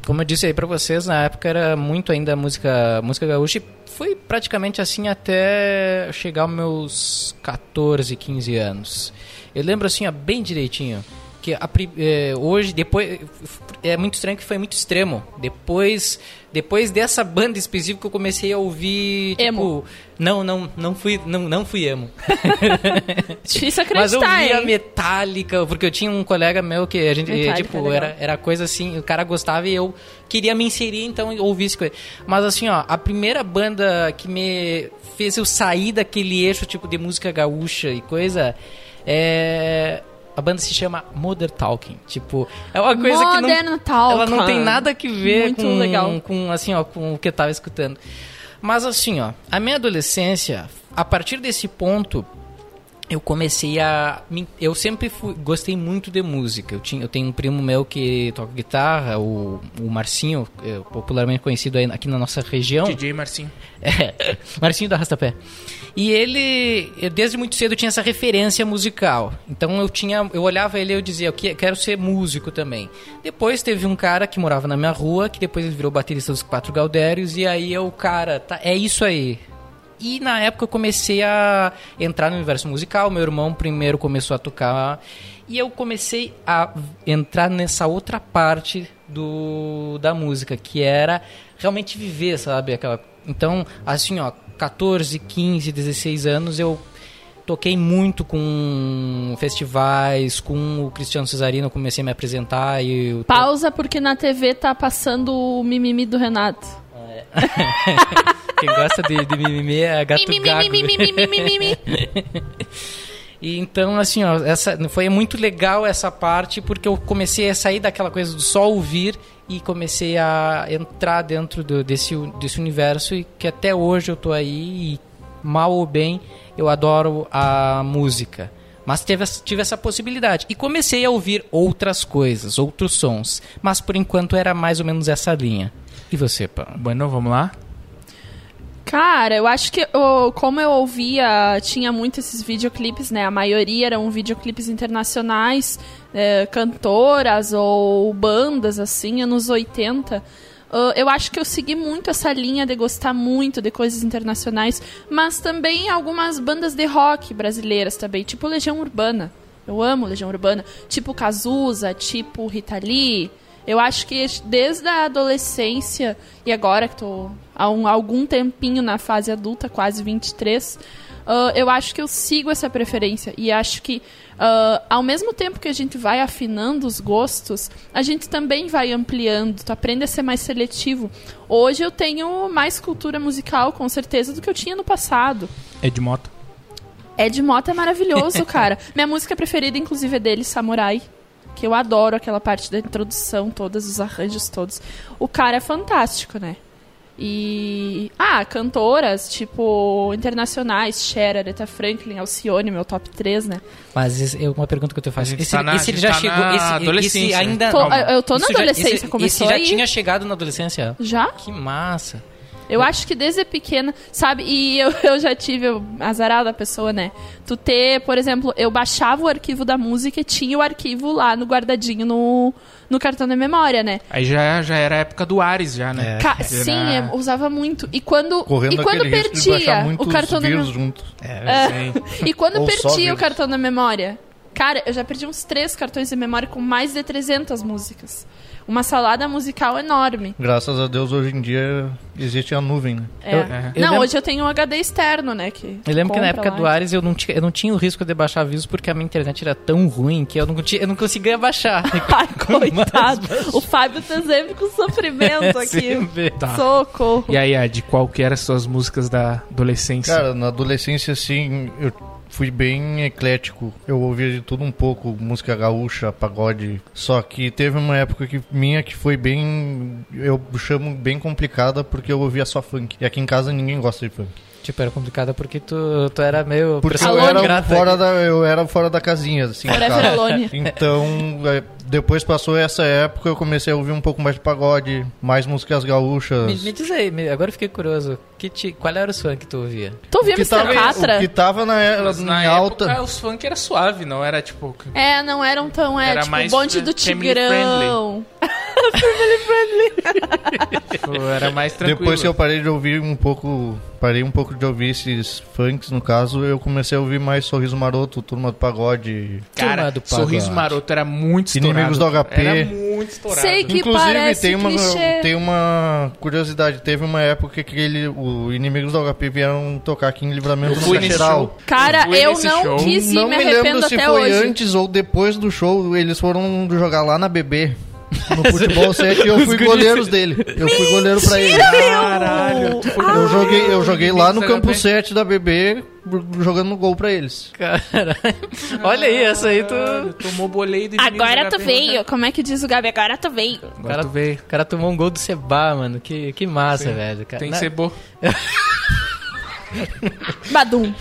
[SPEAKER 2] como eu disse aí pra vocês, na época era muito ainda música, música gaúcha. e Foi praticamente assim até chegar aos meus 14, 15 anos. Eu lembro assim, ó, bem direitinho. Que a pri- eh, hoje, depois. É muito estranho que foi muito extremo. Depois depois dessa banda específica, eu comecei a ouvir. Tipo,
[SPEAKER 3] Emo.
[SPEAKER 2] Não, não, não fui, não, não fui emo.
[SPEAKER 3] Difícil
[SPEAKER 2] Mas eu
[SPEAKER 3] é acreditar,
[SPEAKER 2] via
[SPEAKER 3] hein?
[SPEAKER 2] metálica, porque eu tinha um colega meu que a gente,
[SPEAKER 3] Metallica, é
[SPEAKER 2] tipo,
[SPEAKER 3] legal.
[SPEAKER 2] era, era coisa assim, o cara gostava e eu queria me inserir, então eu ouvisse coisa. Mas assim, ó, a primeira banda que me fez eu sair daquele eixo, tipo, de música gaúcha e coisa, é... A banda se chama Modern Talking, tipo, é uma coisa que
[SPEAKER 3] Modern
[SPEAKER 2] não,
[SPEAKER 3] Talking.
[SPEAKER 2] ela não tem nada que ver
[SPEAKER 3] Muito
[SPEAKER 2] com,
[SPEAKER 3] legal.
[SPEAKER 2] com assim, ó, com o que eu tava escutando. Mas assim, ó, a minha adolescência, a partir desse ponto, eu comecei a me- eu sempre fui, gostei muito de música eu tinha eu tenho um primo meu que toca guitarra o, o Marcinho eh, popularmente conhecido aí aqui na nossa região
[SPEAKER 4] Então-
[SPEAKER 1] DJ Marcinho.
[SPEAKER 2] é, Marcinho do Arrastapé. E ele, eu, desde muito cedo, tinha essa referência musical. Então eu tinha, eu olhava ele e eu dizia, eu que- quero ser músico também. Depois teve um cara que morava na minha rua, que depois ele virou baterista dos Quatro Gaudérios, e aí eu, cara, tá, é isso aí. E na época eu comecei a entrar no universo musical, meu irmão primeiro começou a tocar, e eu comecei a entrar nessa outra parte do, da música, que era realmente viver, sabe? Aquela... Então, assim, ó, 14, 15, 16 anos eu toquei muito com festivais, com o Cristiano Cesarino, eu comecei a me apresentar e... eu-
[SPEAKER 3] Pausa, porque na TV tá passando o mimimi do Renato.
[SPEAKER 2] Quem gosta de, de mimimi é gato gago.
[SPEAKER 3] Mimimi.
[SPEAKER 2] E então, assim, ó, essa, foi muito legal essa parte, porque eu comecei a sair daquela coisa do só ouvir e comecei a entrar dentro do- desse, desse universo e que até hoje eu tô aí e, mal ou bem, eu adoro a música. Mas teve, essa- tive essa possibilidade. E comecei a ouvir outras coisas, outros sons. Mas por enquanto era mais ou menos essa linha. E você, Paulo?
[SPEAKER 1] Bueno, vamos lá.
[SPEAKER 3] Cara, eu acho que eu- como eu ouvia, tinha muito esses videoclipes, né? A maioria eram videoclipes internacionais, é, cantoras ou bandas, assim, anos 80. Ah, eu acho que eu segui muito essa linha de gostar muito de coisas internacionais, mas também algumas bandas de rock brasileiras também, tipo Legião Urbana. Eu amo Legião Urbana. Tipo Cazuza, tipo Rita Lee. Eu acho que desde a adolescência e agora que tô há um- algum tempinho na fase adulta, quase 23, ah, eu acho que eu sigo essa preferência. E acho que ah, ao mesmo tempo que a gente vai afinando os gostos, a gente também vai ampliando, tu aprende a ser mais seletivo. Hoje eu tenho mais cultura musical, com certeza, do que eu tinha no passado.
[SPEAKER 1] É de moto.
[SPEAKER 3] Ed Mota é maravilhoso, cara. Minha música preferida, inclusive, é dele, Samurai. Que eu adoro aquela parte da introdução, todos os arranjos, todos. O cara é fantástico, né? E. Ah, cantoras, tipo, internacionais, Cher, Aretha Franklin, Alcione, meu top 3, né?
[SPEAKER 2] Mas esse- é uma pergunta que eu te faço.
[SPEAKER 1] gente
[SPEAKER 2] Esse,
[SPEAKER 1] tá na-
[SPEAKER 2] esse
[SPEAKER 1] a
[SPEAKER 2] ele
[SPEAKER 1] gente
[SPEAKER 2] já
[SPEAKER 1] tá
[SPEAKER 2] chegou.
[SPEAKER 1] na
[SPEAKER 2] Esse, esse
[SPEAKER 1] adolescência, né?
[SPEAKER 2] ainda.
[SPEAKER 3] Tô-
[SPEAKER 2] Calma.
[SPEAKER 3] eu tô na
[SPEAKER 2] Isso já-
[SPEAKER 3] adolescência,
[SPEAKER 2] esse,
[SPEAKER 3] começou
[SPEAKER 2] esse já
[SPEAKER 3] aí.
[SPEAKER 2] tinha chegado na adolescência?
[SPEAKER 3] Já?
[SPEAKER 2] Que massa.
[SPEAKER 3] Eu acho que desde pequena, sabe? E eu, eu já tive eu- azarada a pessoa, né? Tu ter, por exemplo, eu baixava o arquivo da música e tinha o arquivo lá no guardadinho no, no cartão da memória, né?
[SPEAKER 1] Aí já, já era a época do Ares, já, né?
[SPEAKER 3] Ca-
[SPEAKER 1] Quer dizer,
[SPEAKER 3] Sim, é
[SPEAKER 1] na-
[SPEAKER 3] eu usava muito. E quando,
[SPEAKER 4] É, Correndo
[SPEAKER 3] e quando
[SPEAKER 4] aquele risco de baixar
[SPEAKER 3] perdia o
[SPEAKER 4] muitos
[SPEAKER 3] cartão da
[SPEAKER 4] vírus
[SPEAKER 3] memória.
[SPEAKER 4] junto.
[SPEAKER 3] E quando
[SPEAKER 4] Ou só
[SPEAKER 3] perdia o
[SPEAKER 4] vírus.
[SPEAKER 3] cartão da memória? Cara, eu já perdi uns três cartões de memória com mais de 300 músicas. Uma salada musical enorme.
[SPEAKER 4] Graças a Deus, hoje em dia existe a nuvem, né?
[SPEAKER 3] É.
[SPEAKER 2] Eu-
[SPEAKER 3] Não,
[SPEAKER 2] eu lembro-
[SPEAKER 3] hoje eu tenho um HD externo, né? Que
[SPEAKER 2] Eu lembro que na
[SPEAKER 3] compra
[SPEAKER 2] época
[SPEAKER 3] lá.
[SPEAKER 2] do Ares eu não, tinha, eu não tinha o risco de baixar vírus porque a minha internet era tão ruim que eu não, tinha- eu não conseguia baixar.
[SPEAKER 3] Ai, coitado. O Fábio tá sempre com
[SPEAKER 4] É,
[SPEAKER 3] sofrimento aqui.
[SPEAKER 2] Sempre.
[SPEAKER 4] Tá.
[SPEAKER 3] Socorro.
[SPEAKER 1] E aí, Ad, qual que eram as suas músicas da adolescência?
[SPEAKER 4] Cara, na adolescência, assim, eu fui bem eclético. Eu ouvia de tudo um pouco, música gaúcha, pagode. Só que teve uma época que, minha que foi bem, eu chamo bem complicada, porque eu ouvia só funk. E aqui em casa ninguém gosta de funk.
[SPEAKER 2] Tipo, era complicado porque tu, tu era meio...
[SPEAKER 4] Porque eu
[SPEAKER 2] pessoa
[SPEAKER 4] era,
[SPEAKER 2] ingrata.
[SPEAKER 4] fora da, eu era fora da casinha, assim. em
[SPEAKER 3] Forever
[SPEAKER 4] casa.
[SPEAKER 3] Alone.
[SPEAKER 4] Então, é, depois passou essa época, eu comecei a ouvir um pouco mais de pagode, mais músicas
[SPEAKER 2] Me,
[SPEAKER 4] gaúchas.
[SPEAKER 2] me diz aí, me- agora eu fiquei curioso. Que ti- qual era o som que tu ouvia?
[SPEAKER 3] Tu ouvia
[SPEAKER 4] que
[SPEAKER 3] Mr.
[SPEAKER 4] tava,
[SPEAKER 3] Catra?
[SPEAKER 4] o que tava na, era,
[SPEAKER 1] Mas na
[SPEAKER 4] em alta.
[SPEAKER 1] época, os funk era suave, não era tipo...
[SPEAKER 3] É, não eram tão. É,
[SPEAKER 1] Era
[SPEAKER 3] tipo,
[SPEAKER 1] mais
[SPEAKER 3] bonde do
[SPEAKER 1] family
[SPEAKER 3] Tigrão.
[SPEAKER 1] tipo, era mais tranquilo.
[SPEAKER 4] Depois que eu parei de ouvir um pouco, parei um pouco de ouvir esses funks, no caso, eu comecei a ouvir mais Sorriso Maroto, Turma do Pagode.
[SPEAKER 1] Cara,
[SPEAKER 2] Turma do Pagode.
[SPEAKER 1] Sorriso Maroto era muito estourado.
[SPEAKER 4] Inimigos do HP.
[SPEAKER 1] Era muito estourado.
[SPEAKER 3] Sei que
[SPEAKER 4] Inclusive,
[SPEAKER 3] parece
[SPEAKER 4] tem uma,
[SPEAKER 3] clichê.
[SPEAKER 4] tem uma curiosidade, teve uma época que ele, o Inimigos do HP vieram tocar aqui em Livramento
[SPEAKER 1] Eu
[SPEAKER 2] é
[SPEAKER 1] fui
[SPEAKER 4] no
[SPEAKER 1] nesse
[SPEAKER 4] Geral.
[SPEAKER 1] show.
[SPEAKER 3] Cara,
[SPEAKER 1] Fui
[SPEAKER 3] eu
[SPEAKER 1] nesse
[SPEAKER 3] não
[SPEAKER 1] show.
[SPEAKER 3] quis e
[SPEAKER 4] Não
[SPEAKER 3] me
[SPEAKER 4] me lembro
[SPEAKER 3] arrependo
[SPEAKER 4] se
[SPEAKER 3] até
[SPEAKER 4] foi
[SPEAKER 3] hoje.
[SPEAKER 4] antes ou depois do show, eles foram jogar lá na BB. No futebol 7 e eu fui goleiro dele. Eu fui goleiro pra ele.
[SPEAKER 1] Caralho. tu foi-
[SPEAKER 3] Ah,
[SPEAKER 4] Eu joguei, eu joguei lá no
[SPEAKER 1] Será
[SPEAKER 4] campo
[SPEAKER 1] bem?
[SPEAKER 4] 7 da BB, b- jogando gol pra eles.
[SPEAKER 2] Cara, olha aí, essa aí tu...
[SPEAKER 1] Caralho, Tomou boleio do Inimigos
[SPEAKER 3] Agora
[SPEAKER 1] do
[SPEAKER 3] tu
[SPEAKER 1] HP.
[SPEAKER 3] veio. Como é que diz o Gabi? Agora tu veio.
[SPEAKER 1] Agora tu veio.
[SPEAKER 2] O cara tomou um gol do Seba, mano. Que, que massa, velho. Cara.
[SPEAKER 1] Tem
[SPEAKER 2] Na-
[SPEAKER 1] que ser bom.
[SPEAKER 3] Badum.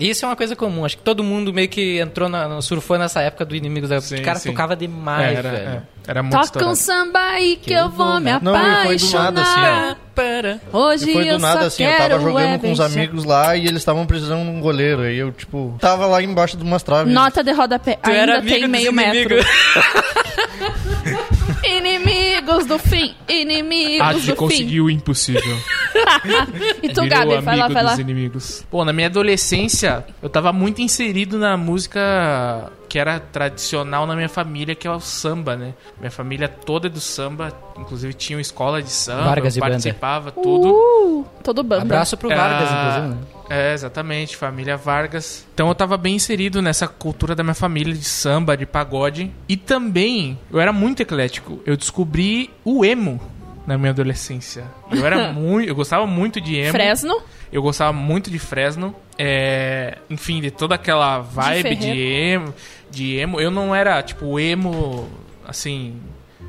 [SPEAKER 2] Isso é uma coisa comum. Acho que todo mundo meio que entrou, na, no- surfou nessa época do Inimigos da...
[SPEAKER 1] Sim,
[SPEAKER 2] o cara
[SPEAKER 1] sim.
[SPEAKER 2] tocava demais,
[SPEAKER 1] era,
[SPEAKER 2] velho.
[SPEAKER 1] é, era muito
[SPEAKER 3] Toca um
[SPEAKER 1] estourado.
[SPEAKER 3] samba aí que, eu vou me
[SPEAKER 4] Não, e foi do
[SPEAKER 3] apaixonar.
[SPEAKER 4] nada, assim,
[SPEAKER 2] Ah, Para.
[SPEAKER 3] Hoje
[SPEAKER 4] E foi
[SPEAKER 3] eu
[SPEAKER 4] do nada
[SPEAKER 3] só
[SPEAKER 4] assim, eu
[SPEAKER 3] quero
[SPEAKER 4] tava jogando
[SPEAKER 3] é
[SPEAKER 4] com os
[SPEAKER 3] beijar.
[SPEAKER 4] amigos lá e eles estavam precisando de um goleiro. Aí eu, tipo, tava lá embaixo de umas traves.
[SPEAKER 3] Nota de rodapé.
[SPEAKER 2] Tu
[SPEAKER 3] Ainda
[SPEAKER 2] era
[SPEAKER 3] tem
[SPEAKER 2] amigo
[SPEAKER 3] meio
[SPEAKER 2] meio
[SPEAKER 3] metro.
[SPEAKER 2] inimigo.
[SPEAKER 3] Inimigos do fim. Inimigos
[SPEAKER 1] Ah, de
[SPEAKER 3] do fim.
[SPEAKER 1] conseguir o impossível.
[SPEAKER 3] E tu,
[SPEAKER 1] Virou
[SPEAKER 3] Então, Gabi, vai lá,
[SPEAKER 1] amigo
[SPEAKER 3] vai lá.
[SPEAKER 1] dos inimigos. Pô, na minha adolescência, eu tava muito inserido na música que era tradicional na minha família, que é o samba, né? Minha família toda é do samba, inclusive tinha uma escola de samba,
[SPEAKER 2] Vargas
[SPEAKER 1] eu
[SPEAKER 2] e Banda.
[SPEAKER 1] participava, tudo.
[SPEAKER 3] Uh, todo bando.
[SPEAKER 2] Abraço pro Vargas,
[SPEAKER 1] Ah,
[SPEAKER 2] inclusive. Né?
[SPEAKER 1] É, exatamente, família Vargas. Então eu tava bem inserido nessa cultura da minha família de samba, de pagode. E também, eu era muito eclético. Eu descobri o emo na minha adolescência. Eu era muito, eu gostava muito de emo.
[SPEAKER 3] Fresno.
[SPEAKER 1] Eu gostava muito de Fresno. é, enfim, de toda aquela vibe de,
[SPEAKER 3] Ferreiro.
[SPEAKER 1] emo, de emo. Eu não era, tipo, emo, assim...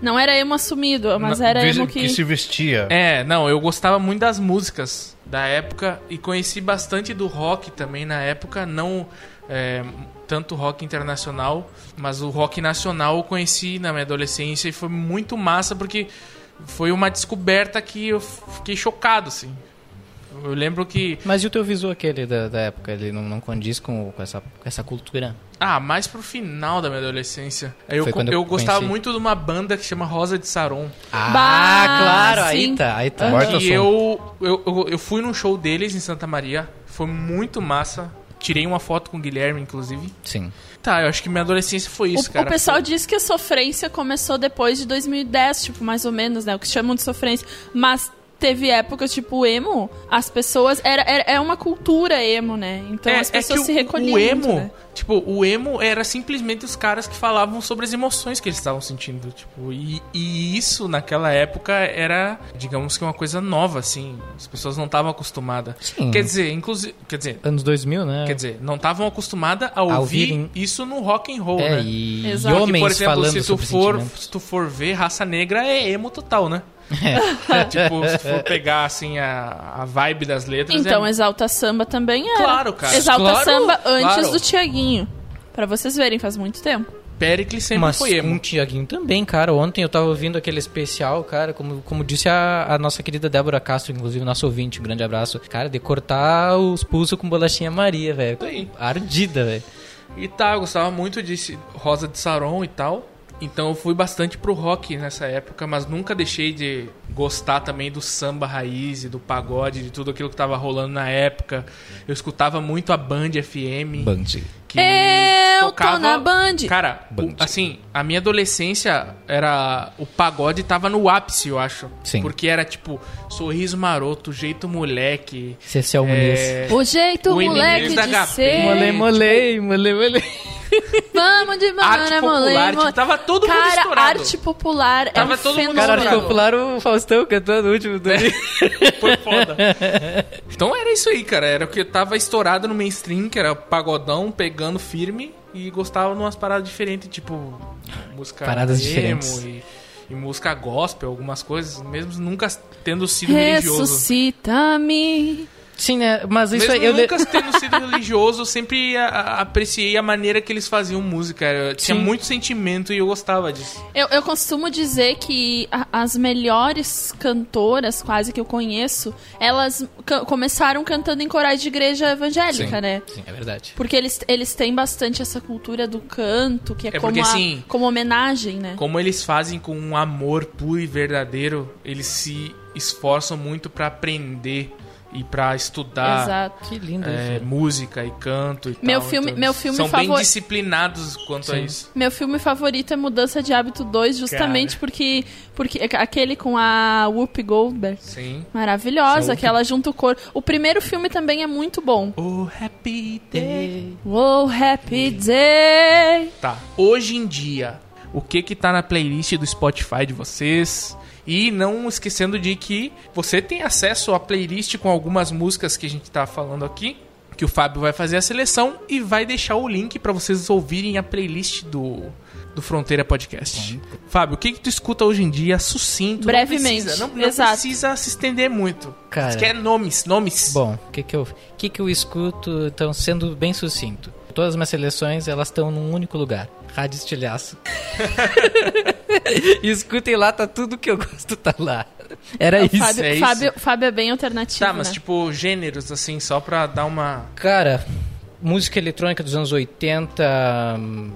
[SPEAKER 3] Não era emo assumido, mas era
[SPEAKER 4] Veja
[SPEAKER 3] emo
[SPEAKER 4] que... se vestia.
[SPEAKER 1] É, não, eu gostava muito das músicas da época. E conheci bastante do rock também na época. Não é, tanto rock internacional, mas o rock nacional eu conheci na minha adolescência. E foi muito massa, porque foi uma descoberta que eu fiquei chocado, assim. Eu lembro que
[SPEAKER 2] Mas e o teu visual aquele da, da época? Ele não, não condiz com, com, essa, com essa cultura?
[SPEAKER 1] Ah, mais pro final da minha adolescência. Aí Eu,
[SPEAKER 2] Foi
[SPEAKER 1] co-
[SPEAKER 2] quando eu
[SPEAKER 1] eu gostava
[SPEAKER 2] conheci.
[SPEAKER 1] muito de uma banda que chama Rosa de Saron.
[SPEAKER 2] Ah,
[SPEAKER 3] Bah,
[SPEAKER 2] claro,
[SPEAKER 3] sim.
[SPEAKER 2] aí tá, aí tá.
[SPEAKER 4] Baita
[SPEAKER 1] E
[SPEAKER 4] som.
[SPEAKER 1] eu, eu, eu, eu fui num show deles em Santa Maria. Foi muito massa. Tirei uma foto com o Guilherme, inclusive.
[SPEAKER 2] Sim.
[SPEAKER 1] Tá, eu acho que minha adolescência foi
[SPEAKER 3] O,
[SPEAKER 1] isso,
[SPEAKER 3] o
[SPEAKER 1] cara.
[SPEAKER 3] pessoal diz que a sofrência começou depois de 2010, tipo, mais ou menos, né? O que chamam de sofrência. Mas teve épocas, tipo, emo, as pessoas. Era, era, é uma cultura emo, né? Então as pessoas
[SPEAKER 1] É, que
[SPEAKER 3] se
[SPEAKER 1] o-
[SPEAKER 3] recolhiam.
[SPEAKER 1] O emo,
[SPEAKER 3] muito, né?
[SPEAKER 1] tipo, o emo era simplesmente os caras que falavam sobre as emoções que eles estavam sentindo, tipo, e, e isso naquela época era, digamos que uma coisa nova, assim, as pessoas não estavam acostumadas.
[SPEAKER 2] Sim.
[SPEAKER 1] Quer dizer, inclusive, quer dizer,
[SPEAKER 2] Anos 2000, né?
[SPEAKER 1] Quer dizer, não estavam acostumadas a ouvir
[SPEAKER 2] ouvirem.
[SPEAKER 1] isso no rock and roll,
[SPEAKER 2] é,
[SPEAKER 1] né?
[SPEAKER 2] e, e
[SPEAKER 3] Exato.
[SPEAKER 1] Porque,
[SPEAKER 2] homens
[SPEAKER 1] por exemplo,
[SPEAKER 2] falando
[SPEAKER 1] se tu
[SPEAKER 2] sobre
[SPEAKER 1] for,
[SPEAKER 2] sentimentos.
[SPEAKER 1] se tu for ver, raça negra é emo total, né? É, tipo, se tu for pegar assim a, a vibe das letras,
[SPEAKER 3] Então,
[SPEAKER 1] é,
[SPEAKER 3] Exalta Samba também era.
[SPEAKER 1] Claro, cara.
[SPEAKER 3] Exalta
[SPEAKER 1] Claro,
[SPEAKER 3] Samba antes
[SPEAKER 1] claro.
[SPEAKER 3] do Tiaguinho. Pra vocês verem, faz muito tempo.
[SPEAKER 1] Pericles sempre
[SPEAKER 2] Mas
[SPEAKER 1] foi
[SPEAKER 2] um
[SPEAKER 1] emo.
[SPEAKER 2] Tiaguinho também, cara. Ontem eu tava ouvindo aquele especial, cara, como, como disse a, a nossa querida Débora Castro, inclusive, nosso ouvinte, um grande abraço. Cara, de cortar os pulsos com bolachinha Maria, velho.
[SPEAKER 1] Aí.
[SPEAKER 2] Ardida, velho.
[SPEAKER 1] E tá, eu gostava muito de Rosa de Saron e tal. Então eu fui bastante pro rock nessa época, mas nunca deixei de gostar também do samba raiz e do pagode, de tudo aquilo que tava rolando na época. Eu escutava muito a Band FM.
[SPEAKER 5] Bungie.
[SPEAKER 1] que
[SPEAKER 3] Eu tô
[SPEAKER 1] tocava-
[SPEAKER 3] na Band.
[SPEAKER 1] Cara, o-
[SPEAKER 5] Band.
[SPEAKER 1] assim, a minha adolescência era. O pagode tava no ápice, eu acho.
[SPEAKER 5] Sim.
[SPEAKER 1] Porque era tipo, sorriso maroto, jeito moleque.
[SPEAKER 2] Cecil Muniz.
[SPEAKER 1] É,
[SPEAKER 3] O jeito
[SPEAKER 1] O
[SPEAKER 3] moleque
[SPEAKER 1] inimigo da
[SPEAKER 3] de
[SPEAKER 1] HP.
[SPEAKER 3] ser.
[SPEAKER 1] É,
[SPEAKER 2] Molei,
[SPEAKER 1] tipo,
[SPEAKER 2] molei, molei, molei.
[SPEAKER 3] Vamos de
[SPEAKER 1] arte popular,
[SPEAKER 3] mana, molei,
[SPEAKER 1] tipo,
[SPEAKER 3] molei.
[SPEAKER 1] tava todo mundo
[SPEAKER 3] Cara,
[SPEAKER 1] estourado.
[SPEAKER 3] arte popular é
[SPEAKER 1] Tava
[SPEAKER 3] um
[SPEAKER 1] todo mundo
[SPEAKER 3] fenômeno.
[SPEAKER 2] Cara, acho que
[SPEAKER 1] Mano.
[SPEAKER 2] popularam o Faustão cantando o último
[SPEAKER 1] É.
[SPEAKER 2] do
[SPEAKER 1] Foi foda. Então era isso aí, cara. Era o que tava estourado no mainstream, que era pagodão, pegando firme e gostava de umas paradas diferentes, tipo música
[SPEAKER 2] Paradas
[SPEAKER 1] emo
[SPEAKER 2] diferentes.
[SPEAKER 1] E, e música gospel, algumas coisas, mesmo nunca tendo
[SPEAKER 2] um
[SPEAKER 1] sido religioso.
[SPEAKER 3] Ressuscita-me.
[SPEAKER 2] Sim, né? Mas isso
[SPEAKER 1] Mesmo
[SPEAKER 2] aí. Eu le-
[SPEAKER 1] nunca tendo sido religioso, eu sempre a- a- apreciei a maneira que eles faziam música. Eu tinha
[SPEAKER 2] Sim.
[SPEAKER 1] muito sentimento e eu gostava disso.
[SPEAKER 3] Eu, eu costumo dizer que a- as melhores cantoras, quase que eu conheço, elas ca- começaram cantando em corais de igreja evangélica,
[SPEAKER 5] Sim.
[SPEAKER 3] né?
[SPEAKER 2] Sim, é verdade.
[SPEAKER 3] Porque eles, eles têm bastante essa cultura do canto, que é,
[SPEAKER 1] É
[SPEAKER 3] como,
[SPEAKER 1] porque,
[SPEAKER 3] a-
[SPEAKER 1] assim,
[SPEAKER 3] como homenagem, né?
[SPEAKER 1] Como eles fazem com um amor puro e verdadeiro, eles se esforçam muito pra aprender e pra estudar.
[SPEAKER 3] Exato.
[SPEAKER 2] Ah, Que lindo
[SPEAKER 1] é,
[SPEAKER 2] isso.
[SPEAKER 1] música e canto e
[SPEAKER 3] Meu
[SPEAKER 1] tal.
[SPEAKER 3] filme-
[SPEAKER 1] então,
[SPEAKER 3] meu filme
[SPEAKER 1] São bem
[SPEAKER 3] favor-
[SPEAKER 1] disciplinados quanto a isso.
[SPEAKER 3] Meu filme favorito é Mudança de Hábito 2, justamente porque, porque aquele com a Whoopi Goldberg.
[SPEAKER 1] Sim.
[SPEAKER 3] Maravilhosa,
[SPEAKER 1] Sim.
[SPEAKER 3] que ela junta o cor. O primeiro filme também é muito bom.
[SPEAKER 1] Oh, happy day.
[SPEAKER 3] Oh, happy day!
[SPEAKER 1] Tá. Hoje em dia, o que que tá na playlist do Spotify de vocês? E não esquecendo de que você tem acesso à playlist com algumas músicas que a gente tá falando aqui. Que o Fábio vai fazer a seleção e vai deixar o link pra vocês ouvirem a playlist do, do Fronteira Podcast. Fábio, o que, que tu escuta hoje em dia sucinto? não
[SPEAKER 3] Brevemente,
[SPEAKER 1] precisa, Não, não
[SPEAKER 3] exato.
[SPEAKER 1] precisa se estender muito.
[SPEAKER 2] Cara.
[SPEAKER 1] Você quer nomes, nomes.
[SPEAKER 2] Bom, o que que eu, o que que eu escuto, então, sendo bem sucinto? Todas as minhas seleções, elas estão num único lugar. Rádio Estilhaço. Escutem lá, tá tudo que eu gosto, tá lá. Era isso.
[SPEAKER 3] Fábio,
[SPEAKER 1] é isso.
[SPEAKER 3] Fábio, Fábio é bem alternativo.
[SPEAKER 1] tá, mas
[SPEAKER 3] né?
[SPEAKER 1] tipo, gêneros, assim, só pra dar uma.
[SPEAKER 2] Cara, música eletrônica dos anos 80. hum,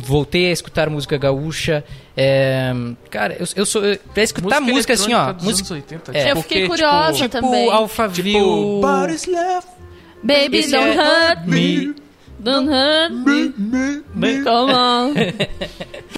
[SPEAKER 2] Voltei a escutar música gaúcha. é, cara, eu, eu sou. eu- Pra
[SPEAKER 1] Tá,
[SPEAKER 2] escutar música, assim, ó.
[SPEAKER 1] eletrônica dos
[SPEAKER 2] Música,
[SPEAKER 1] anos 80,
[SPEAKER 2] é,
[SPEAKER 3] Eu
[SPEAKER 1] porque,
[SPEAKER 3] fiquei curiosa
[SPEAKER 1] tipo,
[SPEAKER 3] também.
[SPEAKER 2] tipo Alphaville.
[SPEAKER 1] Tipo, Body's Love.
[SPEAKER 3] Baby,
[SPEAKER 2] Esse
[SPEAKER 3] don't
[SPEAKER 2] é-
[SPEAKER 3] hurt me. Don't hurt me. Come on.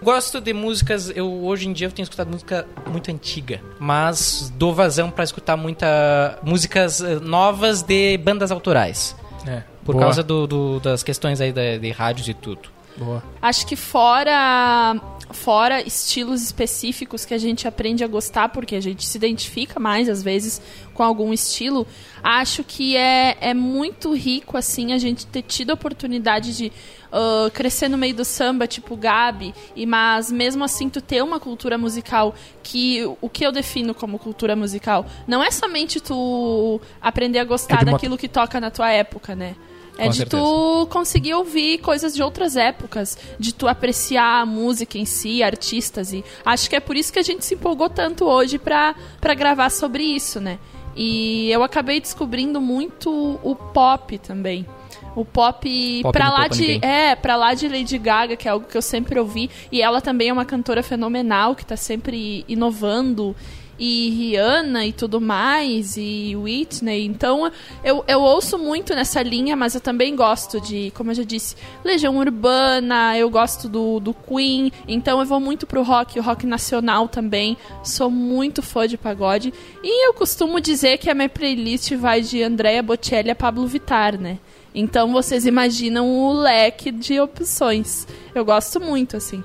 [SPEAKER 2] Gosto de músicas, eu hoje em dia eu tenho escutado música muito antiga, mas dou vazão pra escutar muita músicas eh, novas de bandas autorais,
[SPEAKER 1] É,
[SPEAKER 2] por
[SPEAKER 1] boa,
[SPEAKER 2] causa do, do- das questões aí da- de rádios e tudo.
[SPEAKER 1] Boa.
[SPEAKER 3] Acho que fora fora estilos específicos que a gente aprende a gostar porque a gente se identifica mais às vezes com algum estilo, acho que é, é muito rico assim a gente ter tido a oportunidade de ah, crescer no meio do samba, tipo Gabi, e mas mesmo assim tu ter uma cultura musical que o que eu defino como cultura musical não é somente tu aprender a gostar
[SPEAKER 5] É de uma-
[SPEAKER 3] daquilo que toca na tua época, né? É
[SPEAKER 2] Com
[SPEAKER 3] de
[SPEAKER 2] certeza.
[SPEAKER 3] tu tu conseguir ouvir coisas de outras épocas, de tu apreciar a música em si, artistas e acho que é por isso que a gente se empolgou tanto hoje pra pra gravar sobre isso, né? E eu acabei descobrindo muito o pop também. O pop,
[SPEAKER 2] Pop
[SPEAKER 3] pra
[SPEAKER 2] não
[SPEAKER 3] lá
[SPEAKER 2] poupa
[SPEAKER 3] de
[SPEAKER 2] ninguém.
[SPEAKER 3] é, pra lá de Lady Gaga, que é algo que eu sempre ouvi, e ela também é uma cantora fenomenal que tá sempre inovando. E Rihanna e tudo mais, e Whitney. Então, eu, eu ouço muito nessa linha, mas eu também gosto de, como eu já disse, Legião Urbana, eu gosto do, do Queen. Então, eu vou muito pro rock, o rock nacional também. Sou muito fã de pagode. E eu costumo dizer que a minha playlist vai de Andrea Bocelli a Pablo Vittar, né? Então vocês imaginam o leque de opções. Eu gosto muito, assim.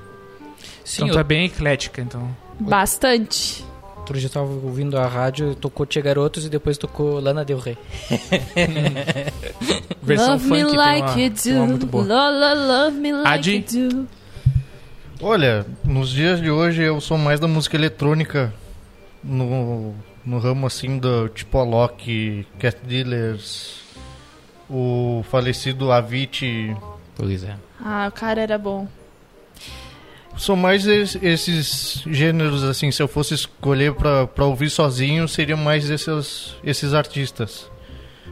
[SPEAKER 2] Sim,
[SPEAKER 1] Então tu é bem eclética, então.
[SPEAKER 3] Bastante.
[SPEAKER 2] outro dia eu tava ouvindo a rádio, tocou Tia Garotos e depois tocou Lana Del Rey.
[SPEAKER 1] Versão
[SPEAKER 3] love
[SPEAKER 1] funk
[SPEAKER 3] me
[SPEAKER 1] tem
[SPEAKER 3] like
[SPEAKER 1] uma-
[SPEAKER 3] you
[SPEAKER 1] tem uma muito
[SPEAKER 3] do.
[SPEAKER 1] boa.
[SPEAKER 3] Lola, love me like
[SPEAKER 1] Adi?
[SPEAKER 3] you do.
[SPEAKER 4] Olha, nos dias de hoje eu sou mais da música eletrônica no, no ramo assim do tipo Alok, Cat Dealers, o falecido Avicii.
[SPEAKER 2] Pois é.
[SPEAKER 3] Ah, o cara era bom.
[SPEAKER 4] São mais es- esses gêneros, assim, se eu fosse escolher pra, pra ouvir sozinho, seriam mais esses, esses artistas.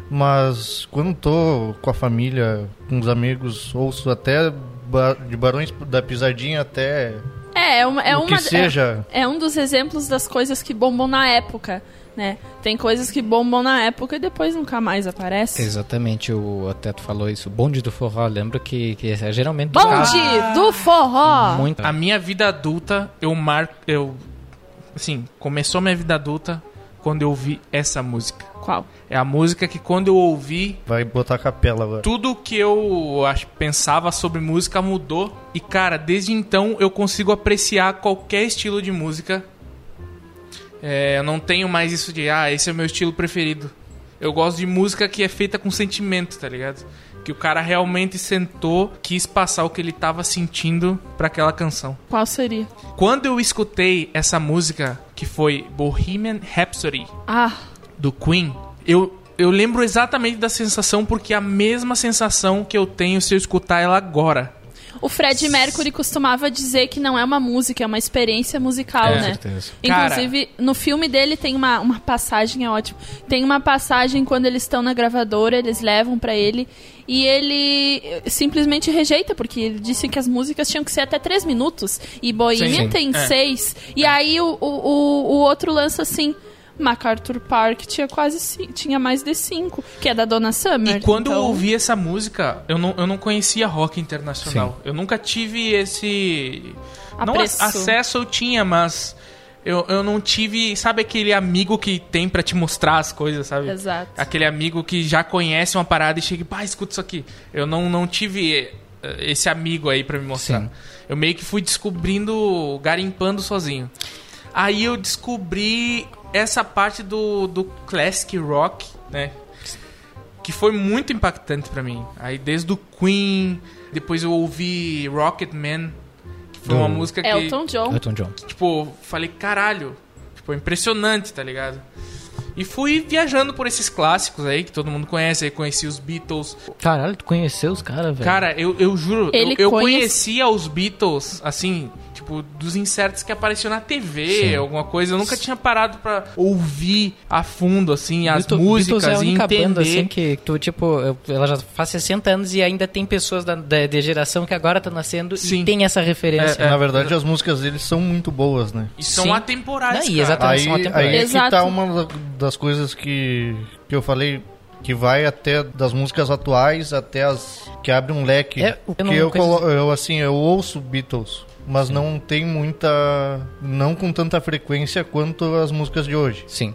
[SPEAKER 4] Mas quando tô com a família, com os amigos, ouço até ba- de Barões da Pisadinha até
[SPEAKER 3] É, é uma, é
[SPEAKER 4] o
[SPEAKER 3] uma-
[SPEAKER 4] que seja.
[SPEAKER 3] é, é um dos exemplos das coisas que bombam na época, né? Tem coisas que bombam na época e depois nunca mais aparece.
[SPEAKER 2] Exatamente, o até tu falou isso. Bonde do forró, lembro que, que é geralmente
[SPEAKER 3] Bonde
[SPEAKER 1] Ah.
[SPEAKER 3] do forró!
[SPEAKER 2] muito.
[SPEAKER 1] A minha vida adulta, eu marco. Eu. Assim, começou minha vida adulta quando eu ouvi essa música.
[SPEAKER 3] Qual?
[SPEAKER 1] É a música que quando eu ouvi,
[SPEAKER 4] Vai botar a capela agora.
[SPEAKER 1] tudo que eu acho, pensava sobre música mudou. E, cara, desde então eu consigo apreciar qualquer estilo de música. É, eu não tenho mais isso de, ah, esse é o meu estilo preferido. Eu gosto de música que é feita com sentimento, tá ligado? Que o cara realmente sentou, quis passar o que ele tava sentindo pra aquela canção.
[SPEAKER 3] Qual seria?
[SPEAKER 1] Quando eu escutei essa música, que foi Bohemian Rhapsody,
[SPEAKER 3] Ah,
[SPEAKER 1] do Queen, eu, eu lembro exatamente da sensação, porque é a mesma sensação que eu tenho se eu escutar ela agora.
[SPEAKER 3] o Fred Mercury costumava dizer que não é uma música, é uma experiência musical,
[SPEAKER 1] É.
[SPEAKER 2] Com
[SPEAKER 3] né?
[SPEAKER 2] certeza.
[SPEAKER 1] Cara.
[SPEAKER 3] Inclusive, no filme dele tem uma, uma passagem, é ótimo. Tem uma passagem quando eles estão na gravadora, eles levam pra ele e ele eh, simplesmente rejeita, porque ele disse que as músicas tinham que ser até três minutos e
[SPEAKER 2] Sim,
[SPEAKER 3] Boinha
[SPEAKER 2] sim.
[SPEAKER 3] tem seis. E aí o, o, o, o outro lança assim. MacArthur Park tinha quase ci- tinha mais de cinco, que é da Dona Summer.
[SPEAKER 1] E quando eu
[SPEAKER 3] então-
[SPEAKER 1] ouvi essa música, eu não, eu não conhecia rock internacional. Eu nunca tive esse. Não
[SPEAKER 3] Apreço.
[SPEAKER 1] a- acesso eu tinha, mas. Eu, eu não tive. Sabe aquele amigo que tem pra te mostrar as coisas, sabe?
[SPEAKER 3] Exato.
[SPEAKER 1] Aquele amigo que já conhece uma parada e chega e, pá, escuta isso aqui. Eu não, não tive eh, esse amigo aí pra me mostrar.
[SPEAKER 2] Sim.
[SPEAKER 1] Eu meio que fui descobrindo, garimpando sozinho. Aí eu descobri essa parte do, do classic rock, né? Que foi muito impactante pra mim. Aí desde o Queen, depois eu ouvi Rocketman, que foi
[SPEAKER 2] Do-
[SPEAKER 1] uma música que
[SPEAKER 3] É Elton John.
[SPEAKER 2] Elton John.
[SPEAKER 1] tipo, falei, caralho. Tipo, impressionante, tá ligado? E fui viajando por esses clássicos aí que todo mundo conhece. Aí conheci os Beatles.
[SPEAKER 2] Caralho, tu conheceu os caras, velho?
[SPEAKER 1] Cara, eu, eu juro, eu,
[SPEAKER 3] Ele
[SPEAKER 1] eu
[SPEAKER 3] conhece-
[SPEAKER 1] conhecia os Beatles, assim, tipo, dos insertos que apareciam na TV,
[SPEAKER 2] Sim.
[SPEAKER 1] alguma coisa. Eu nunca tinha parado pra ouvir a fundo, assim, as
[SPEAKER 2] Beatles-
[SPEAKER 1] músicas
[SPEAKER 2] Beatles é a
[SPEAKER 1] e
[SPEAKER 2] única
[SPEAKER 1] entender.
[SPEAKER 2] banda assim que tu, tipo, eu- ela já faz 60 anos e ainda tem pessoas da, da, da geração que agora tá nascendo
[SPEAKER 1] Sim. É,
[SPEAKER 2] e tem essa referência.
[SPEAKER 4] Na verdade, as músicas deles são muito boas, né?
[SPEAKER 1] E são
[SPEAKER 2] Sim.
[SPEAKER 1] atemporais,
[SPEAKER 2] Daí,
[SPEAKER 1] cara.
[SPEAKER 2] exatamente. Tá,
[SPEAKER 4] Aí,
[SPEAKER 2] são atemporais.
[SPEAKER 4] aí é que
[SPEAKER 3] Exato.
[SPEAKER 4] tá uma da- das coisas que, que eu falei, que vai até das músicas atuais até as que abre um leque.
[SPEAKER 2] É, eu
[SPEAKER 4] Porque
[SPEAKER 2] não-
[SPEAKER 4] eu,
[SPEAKER 2] coisas-
[SPEAKER 4] colo- eu, assim, eu ouço Beatles, mas não tem muita. não com tanta frequência quanto as músicas de hoje.
[SPEAKER 2] Sim.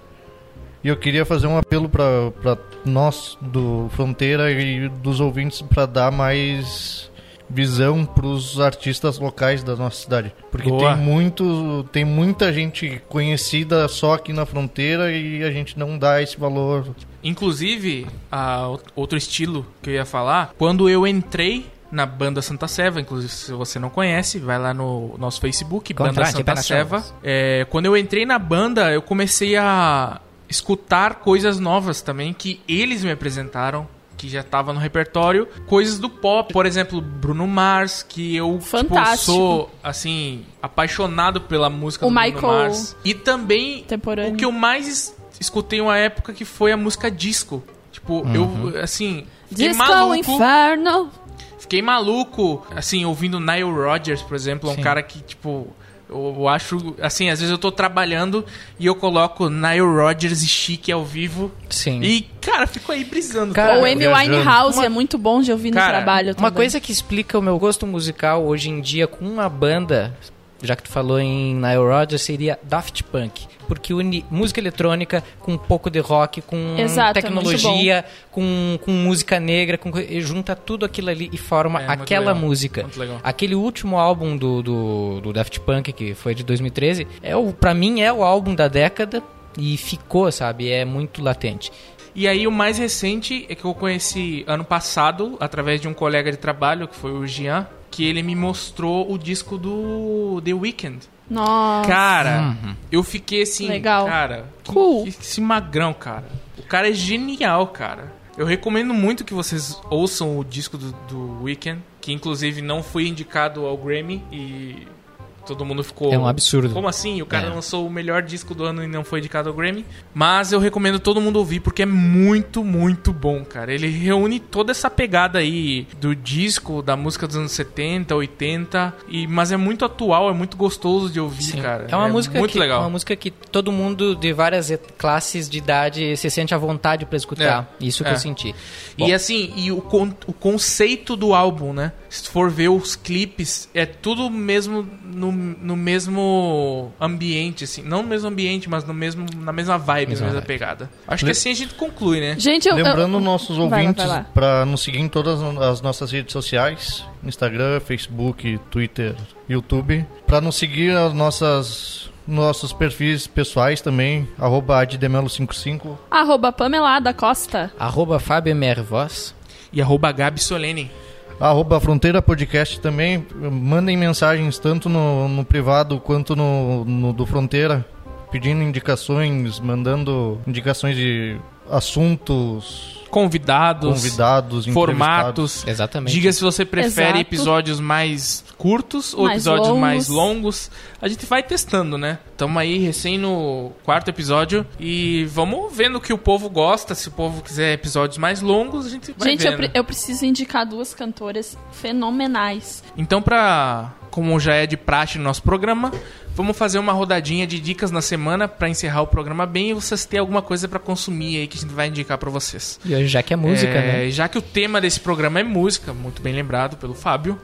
[SPEAKER 4] E eu queria fazer um apelo pra pra nós do Fronteira e dos ouvintes pra dar mais visão pros artistas locais da nossa cidade, porque
[SPEAKER 1] Boa.
[SPEAKER 4] tem muito, tem muita gente conhecida só aqui na fronteira e a gente não dá esse valor.
[SPEAKER 1] Inclusive, a ou- outro estilo que eu ia falar, quando eu entrei na banda Santa Seva, inclusive se você não conhece, vai lá no nosso Facebook, Banda
[SPEAKER 2] Contrate
[SPEAKER 1] Santa
[SPEAKER 2] para
[SPEAKER 1] Seva.
[SPEAKER 2] chamas.
[SPEAKER 1] É, quando eu entrei na banda, eu comecei a escutar coisas novas também que eles me apresentaram. Que já tava no repertório, coisas do pop, por exemplo, Bruno Mars, que eu tipo,
[SPEAKER 3] Fantástico.
[SPEAKER 1] sou assim, apaixonado pela música
[SPEAKER 3] O
[SPEAKER 1] do
[SPEAKER 3] Michael-
[SPEAKER 1] Bruno Mars. E também
[SPEAKER 3] Contemporâneo.
[SPEAKER 1] o que eu mais es- escutei uma época que foi a música disco. Tipo,
[SPEAKER 2] Uhum.
[SPEAKER 1] eu, assim, fiquei
[SPEAKER 3] Disco ao
[SPEAKER 1] maluco.
[SPEAKER 3] Inferno.
[SPEAKER 1] Fiquei maluco, assim, ouvindo Nile Rodgers, por exemplo, é um
[SPEAKER 2] Sim.
[SPEAKER 1] cara que, tipo, eu, eu acho, assim, às vezes eu tô trabalhando e eu coloco Nile Rodgers e Chique ao vivo.
[SPEAKER 2] Sim.
[SPEAKER 1] E, cara, fico aí brisando.
[SPEAKER 2] Cara,
[SPEAKER 3] o
[SPEAKER 1] tá ligado?
[SPEAKER 3] Amy
[SPEAKER 4] viajando.
[SPEAKER 3] Winehouse é muito bom de ouvir
[SPEAKER 1] Cara,
[SPEAKER 3] no trabalho
[SPEAKER 2] Uma
[SPEAKER 3] também.
[SPEAKER 2] coisa que explica o meu gosto musical hoje em dia com uma banda, já que tu falou em Nile Rodgers, seria Daft Punk. Porque une música eletrônica com um pouco de rock, com
[SPEAKER 3] Exato, é
[SPEAKER 2] tecnologia, com, com música negra, com, co- e junta tudo aquilo ali e forma
[SPEAKER 1] É, muito
[SPEAKER 2] aquela
[SPEAKER 1] legal,
[SPEAKER 2] música.
[SPEAKER 1] muito legal.
[SPEAKER 2] Aquele último álbum do, do, do Daft Punk, que foi de 2013, é o, pra mim é o álbum da década e ficou, sabe? É muito latente.
[SPEAKER 1] E aí o mais recente é que eu conheci ano passado, através de um colega de trabalho, que foi o Jean, que ele me mostrou o disco do The Weeknd.
[SPEAKER 3] Nossa.
[SPEAKER 1] Cara,
[SPEAKER 2] Uhum.
[SPEAKER 1] eu fiquei assim,
[SPEAKER 3] Legal.
[SPEAKER 1] cara, que,
[SPEAKER 3] Cool.
[SPEAKER 1] que- esse magrão, cara. O cara é genial, cara. Eu recomendo muito que vocês ouçam o disco do, do Weekend, que inclusive não foi indicado ao Grammy e Todo mundo ficou.
[SPEAKER 2] É um absurdo.
[SPEAKER 1] Como assim? O cara
[SPEAKER 2] É.
[SPEAKER 1] lançou o melhor disco do ano e não foi indicado ao Grammy. Mas eu recomendo todo mundo ouvir porque é muito, muito bom, cara. Ele reúne toda essa pegada aí do disco, da música dos anos 70, 80. E, mas é muito atual, é muito gostoso de ouvir,
[SPEAKER 2] Sim.
[SPEAKER 1] cara.
[SPEAKER 2] é uma música
[SPEAKER 1] muito
[SPEAKER 2] que,
[SPEAKER 1] legal.
[SPEAKER 2] uma música que todo mundo de várias et- classes de idade se sente à vontade pra escutar. Isso que
[SPEAKER 1] É.
[SPEAKER 2] eu senti. Bom,
[SPEAKER 1] E assim, e o, con- o conceito do álbum, né? Se tu for ver os clipes, é tudo mesmo no, no mesmo ambiente, assim. Não no mesmo ambiente, mas no mesmo, na mesma vibe,
[SPEAKER 2] Mesma
[SPEAKER 1] na mesma
[SPEAKER 2] vibe.
[SPEAKER 1] pegada. Acho
[SPEAKER 4] Le-
[SPEAKER 1] que assim a gente conclui, né?
[SPEAKER 3] Gente, eu.
[SPEAKER 4] Lembrando
[SPEAKER 3] eu- vai
[SPEAKER 4] nossos
[SPEAKER 3] lá,
[SPEAKER 4] ouvintes
[SPEAKER 3] vai lá.
[SPEAKER 4] para nos seguir em todas as nossas redes sociais: Instagram, Facebook, Twitter, YouTube. Para nos seguir as nossas nossos perfis pessoais também, arroba addemelo55.
[SPEAKER 3] Arroba Pamela da Costa.
[SPEAKER 2] Arroba Fábio MR Voz.
[SPEAKER 1] E arroba Gabi Solene.
[SPEAKER 4] Arroba Fronteira Podcast também. Mandem mensagens tanto no, no privado quanto no, no do Fronteira, pedindo indicações, mandando indicações de assuntos,
[SPEAKER 1] Convidados,
[SPEAKER 4] convidados, entrevistados.
[SPEAKER 1] formatos.
[SPEAKER 2] Exatamente.
[SPEAKER 1] Diga se você prefere
[SPEAKER 3] Exato.
[SPEAKER 1] episódios mais curtos ou
[SPEAKER 3] Mais
[SPEAKER 1] episódios
[SPEAKER 3] longos.
[SPEAKER 1] mais longos. A gente vai testando, né? Tamo aí recém no quarto episódio e vamos vendo o que o povo gosta. Se o povo quiser episódios mais longos, a gente vai né?
[SPEAKER 3] Gente, eu,
[SPEAKER 1] vendo.
[SPEAKER 3] pre- eu preciso indicar duas cantoras fenomenais.
[SPEAKER 1] Então, pra, como já é de praxe no nosso programa, vamos fazer uma rodadinha de dicas na semana pra encerrar o programa bem e vocês terem alguma coisa pra consumir aí que a gente vai indicar pra vocês.
[SPEAKER 2] E hoje, já que é música,
[SPEAKER 1] É,
[SPEAKER 2] né?
[SPEAKER 1] Já que o tema desse programa é música, muito bem lembrado pelo Fábio.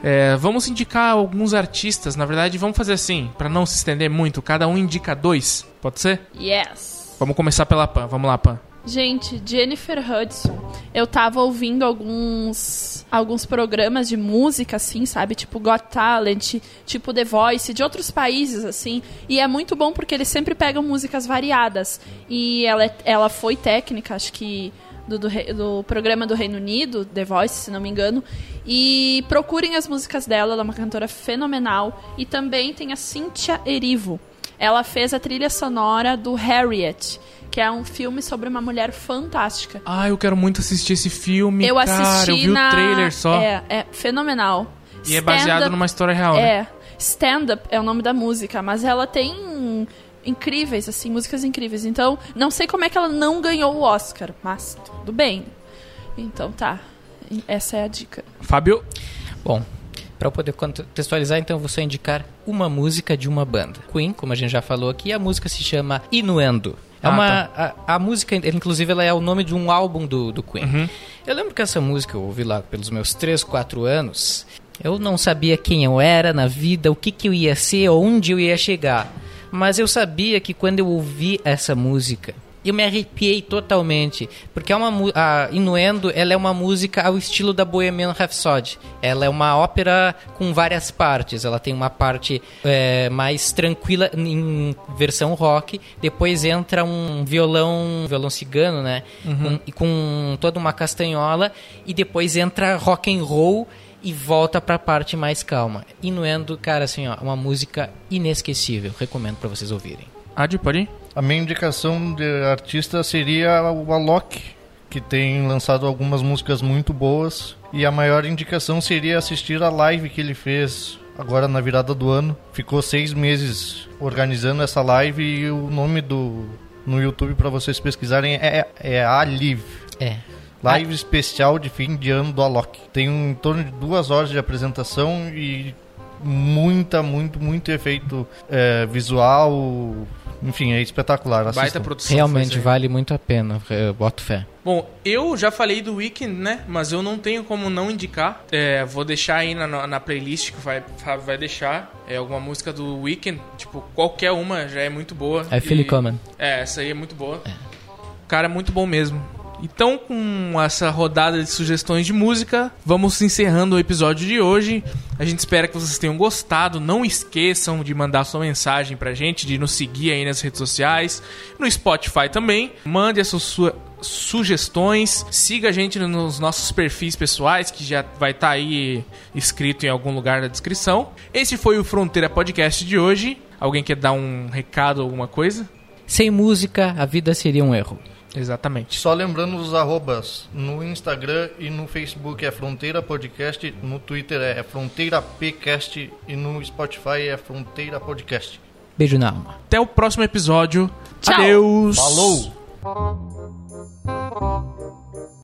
[SPEAKER 1] é, vamos indicar alguns artistas. Na verdade, vamos fazer assim, pra não se estender muito. Cada um indica dois. Pode ser?
[SPEAKER 3] Yes!
[SPEAKER 1] Vamos começar pela Pan. Vamos lá, Pan.
[SPEAKER 3] Gente, Jennifer Hudson. Eu tava ouvindo alguns alguns programas de música, assim, sabe? Tipo Got Talent, tipo The Voice, de outros países, assim. E é muito bom porque eles sempre pegam músicas variadas. E ela, é- ela foi técnica, acho que do, do, re- do programa do Reino Unido, The Voice, se não me engano. E procurem as músicas dela, ela é uma cantora fenomenal. E também tem a Cynthia Erivo. Ela fez a trilha sonora do Harriet, que é um filme sobre uma mulher fantástica.
[SPEAKER 1] Ah, eu quero muito assistir esse filme.
[SPEAKER 3] eu
[SPEAKER 1] cara,
[SPEAKER 3] assisti
[SPEAKER 1] Eu vi
[SPEAKER 3] na...
[SPEAKER 1] o trailer só.
[SPEAKER 3] É, é fenomenal.
[SPEAKER 1] E é baseado
[SPEAKER 3] Stand-up
[SPEAKER 1] numa história real, né?
[SPEAKER 3] é, Stand Up é o nome da música, mas ela tem incríveis, assim, músicas incríveis. Então, não sei como é que ela não ganhou o Oscar, mas tudo bem. Então tá, essa é a dica.
[SPEAKER 1] Fábio,
[SPEAKER 2] Bom, pra eu poder contextualizar, então eu vou só indicar uma música de uma banda. Queen, como a gente já falou aqui, a música se chama Inuendo. É
[SPEAKER 1] Ah,
[SPEAKER 2] uma, a, a música, inclusive, ela é o nome de um álbum do, do Queen. Eu lembro que essa música eu ouvi lá pelos meus 3, 4 anos. Eu não sabia quem eu era na vida, o que, que eu ia ser, onde eu ia chegar. Mas eu sabia que quando eu ouvi essa música, eu me arrepiei totalmente. Porque é uma mu- a Inuendo ela é uma música ao estilo da Bohemian Rhapsody. Ela é uma ópera com várias partes. Ela tem uma parte é, mais tranquila em versão rock. Depois entra um violão, um violão cigano, né? Com- e com toda uma castanhola. E depois entra rock and roll e volta pra parte mais calma. Inuendo, cara, assim, ó, uma música inesquecível. Recomendo pra vocês ouvirem.
[SPEAKER 1] Adi, pode ir?
[SPEAKER 4] A minha indicação de artista seria o Alok, que tem lançado algumas músicas muito boas. E a maior indicação seria assistir a live que ele fez agora na virada do ano. Ficou seis meses organizando essa live e o nome do no YouTube para vocês pesquisarem é, é a Live.
[SPEAKER 2] É.
[SPEAKER 4] Live especial de fim de ano do Alok. Tem um- em torno de duas horas de apresentação e muita, muito, muito efeito é, visual. Enfim, é espetacular.
[SPEAKER 1] Baita
[SPEAKER 4] assistam.
[SPEAKER 1] produção. foi
[SPEAKER 2] Realmente
[SPEAKER 1] isso aí.
[SPEAKER 2] vale muito a pena, eu boto fé.
[SPEAKER 1] Bom, eu já falei do Weekend, né? Mas eu não tenho como não indicar. É, vou deixar aí na- na, na playlist que vai, vai deixar. É alguma música do Weekend. Tipo, qualquer uma já é muito boa.
[SPEAKER 2] I feel
[SPEAKER 1] E-
[SPEAKER 2] it coming.
[SPEAKER 1] É, essa aí é muito boa. O cara é muito bom mesmo. Então, com essa rodada de sugestões de música, vamos encerrando o episódio de hoje. A gente espera que vocês tenham gostado. Não esqueçam de mandar sua mensagem pra gente, de nos seguir aí nas redes sociais, no Spotify também. Mande as suas su- sugestões. Siga a gente nos nossos perfis pessoais, que já vai estar aí escrito em algum lugar na descrição. Esse foi o Fronteira Podcast de hoje. Alguém quer dar um recado, alguma coisa?
[SPEAKER 2] Sem música, a vida seria um erro.
[SPEAKER 1] Exatamente.
[SPEAKER 4] Só lembrando os arrobas no Instagram e no Facebook é Fronteira Podcast, no Twitter é Fronteira Pcast e no Spotify é Fronteira Podcast.
[SPEAKER 2] Beijo na alma.
[SPEAKER 1] Até o próximo episódio.
[SPEAKER 3] Tchau.
[SPEAKER 1] Adeus.
[SPEAKER 4] Falou!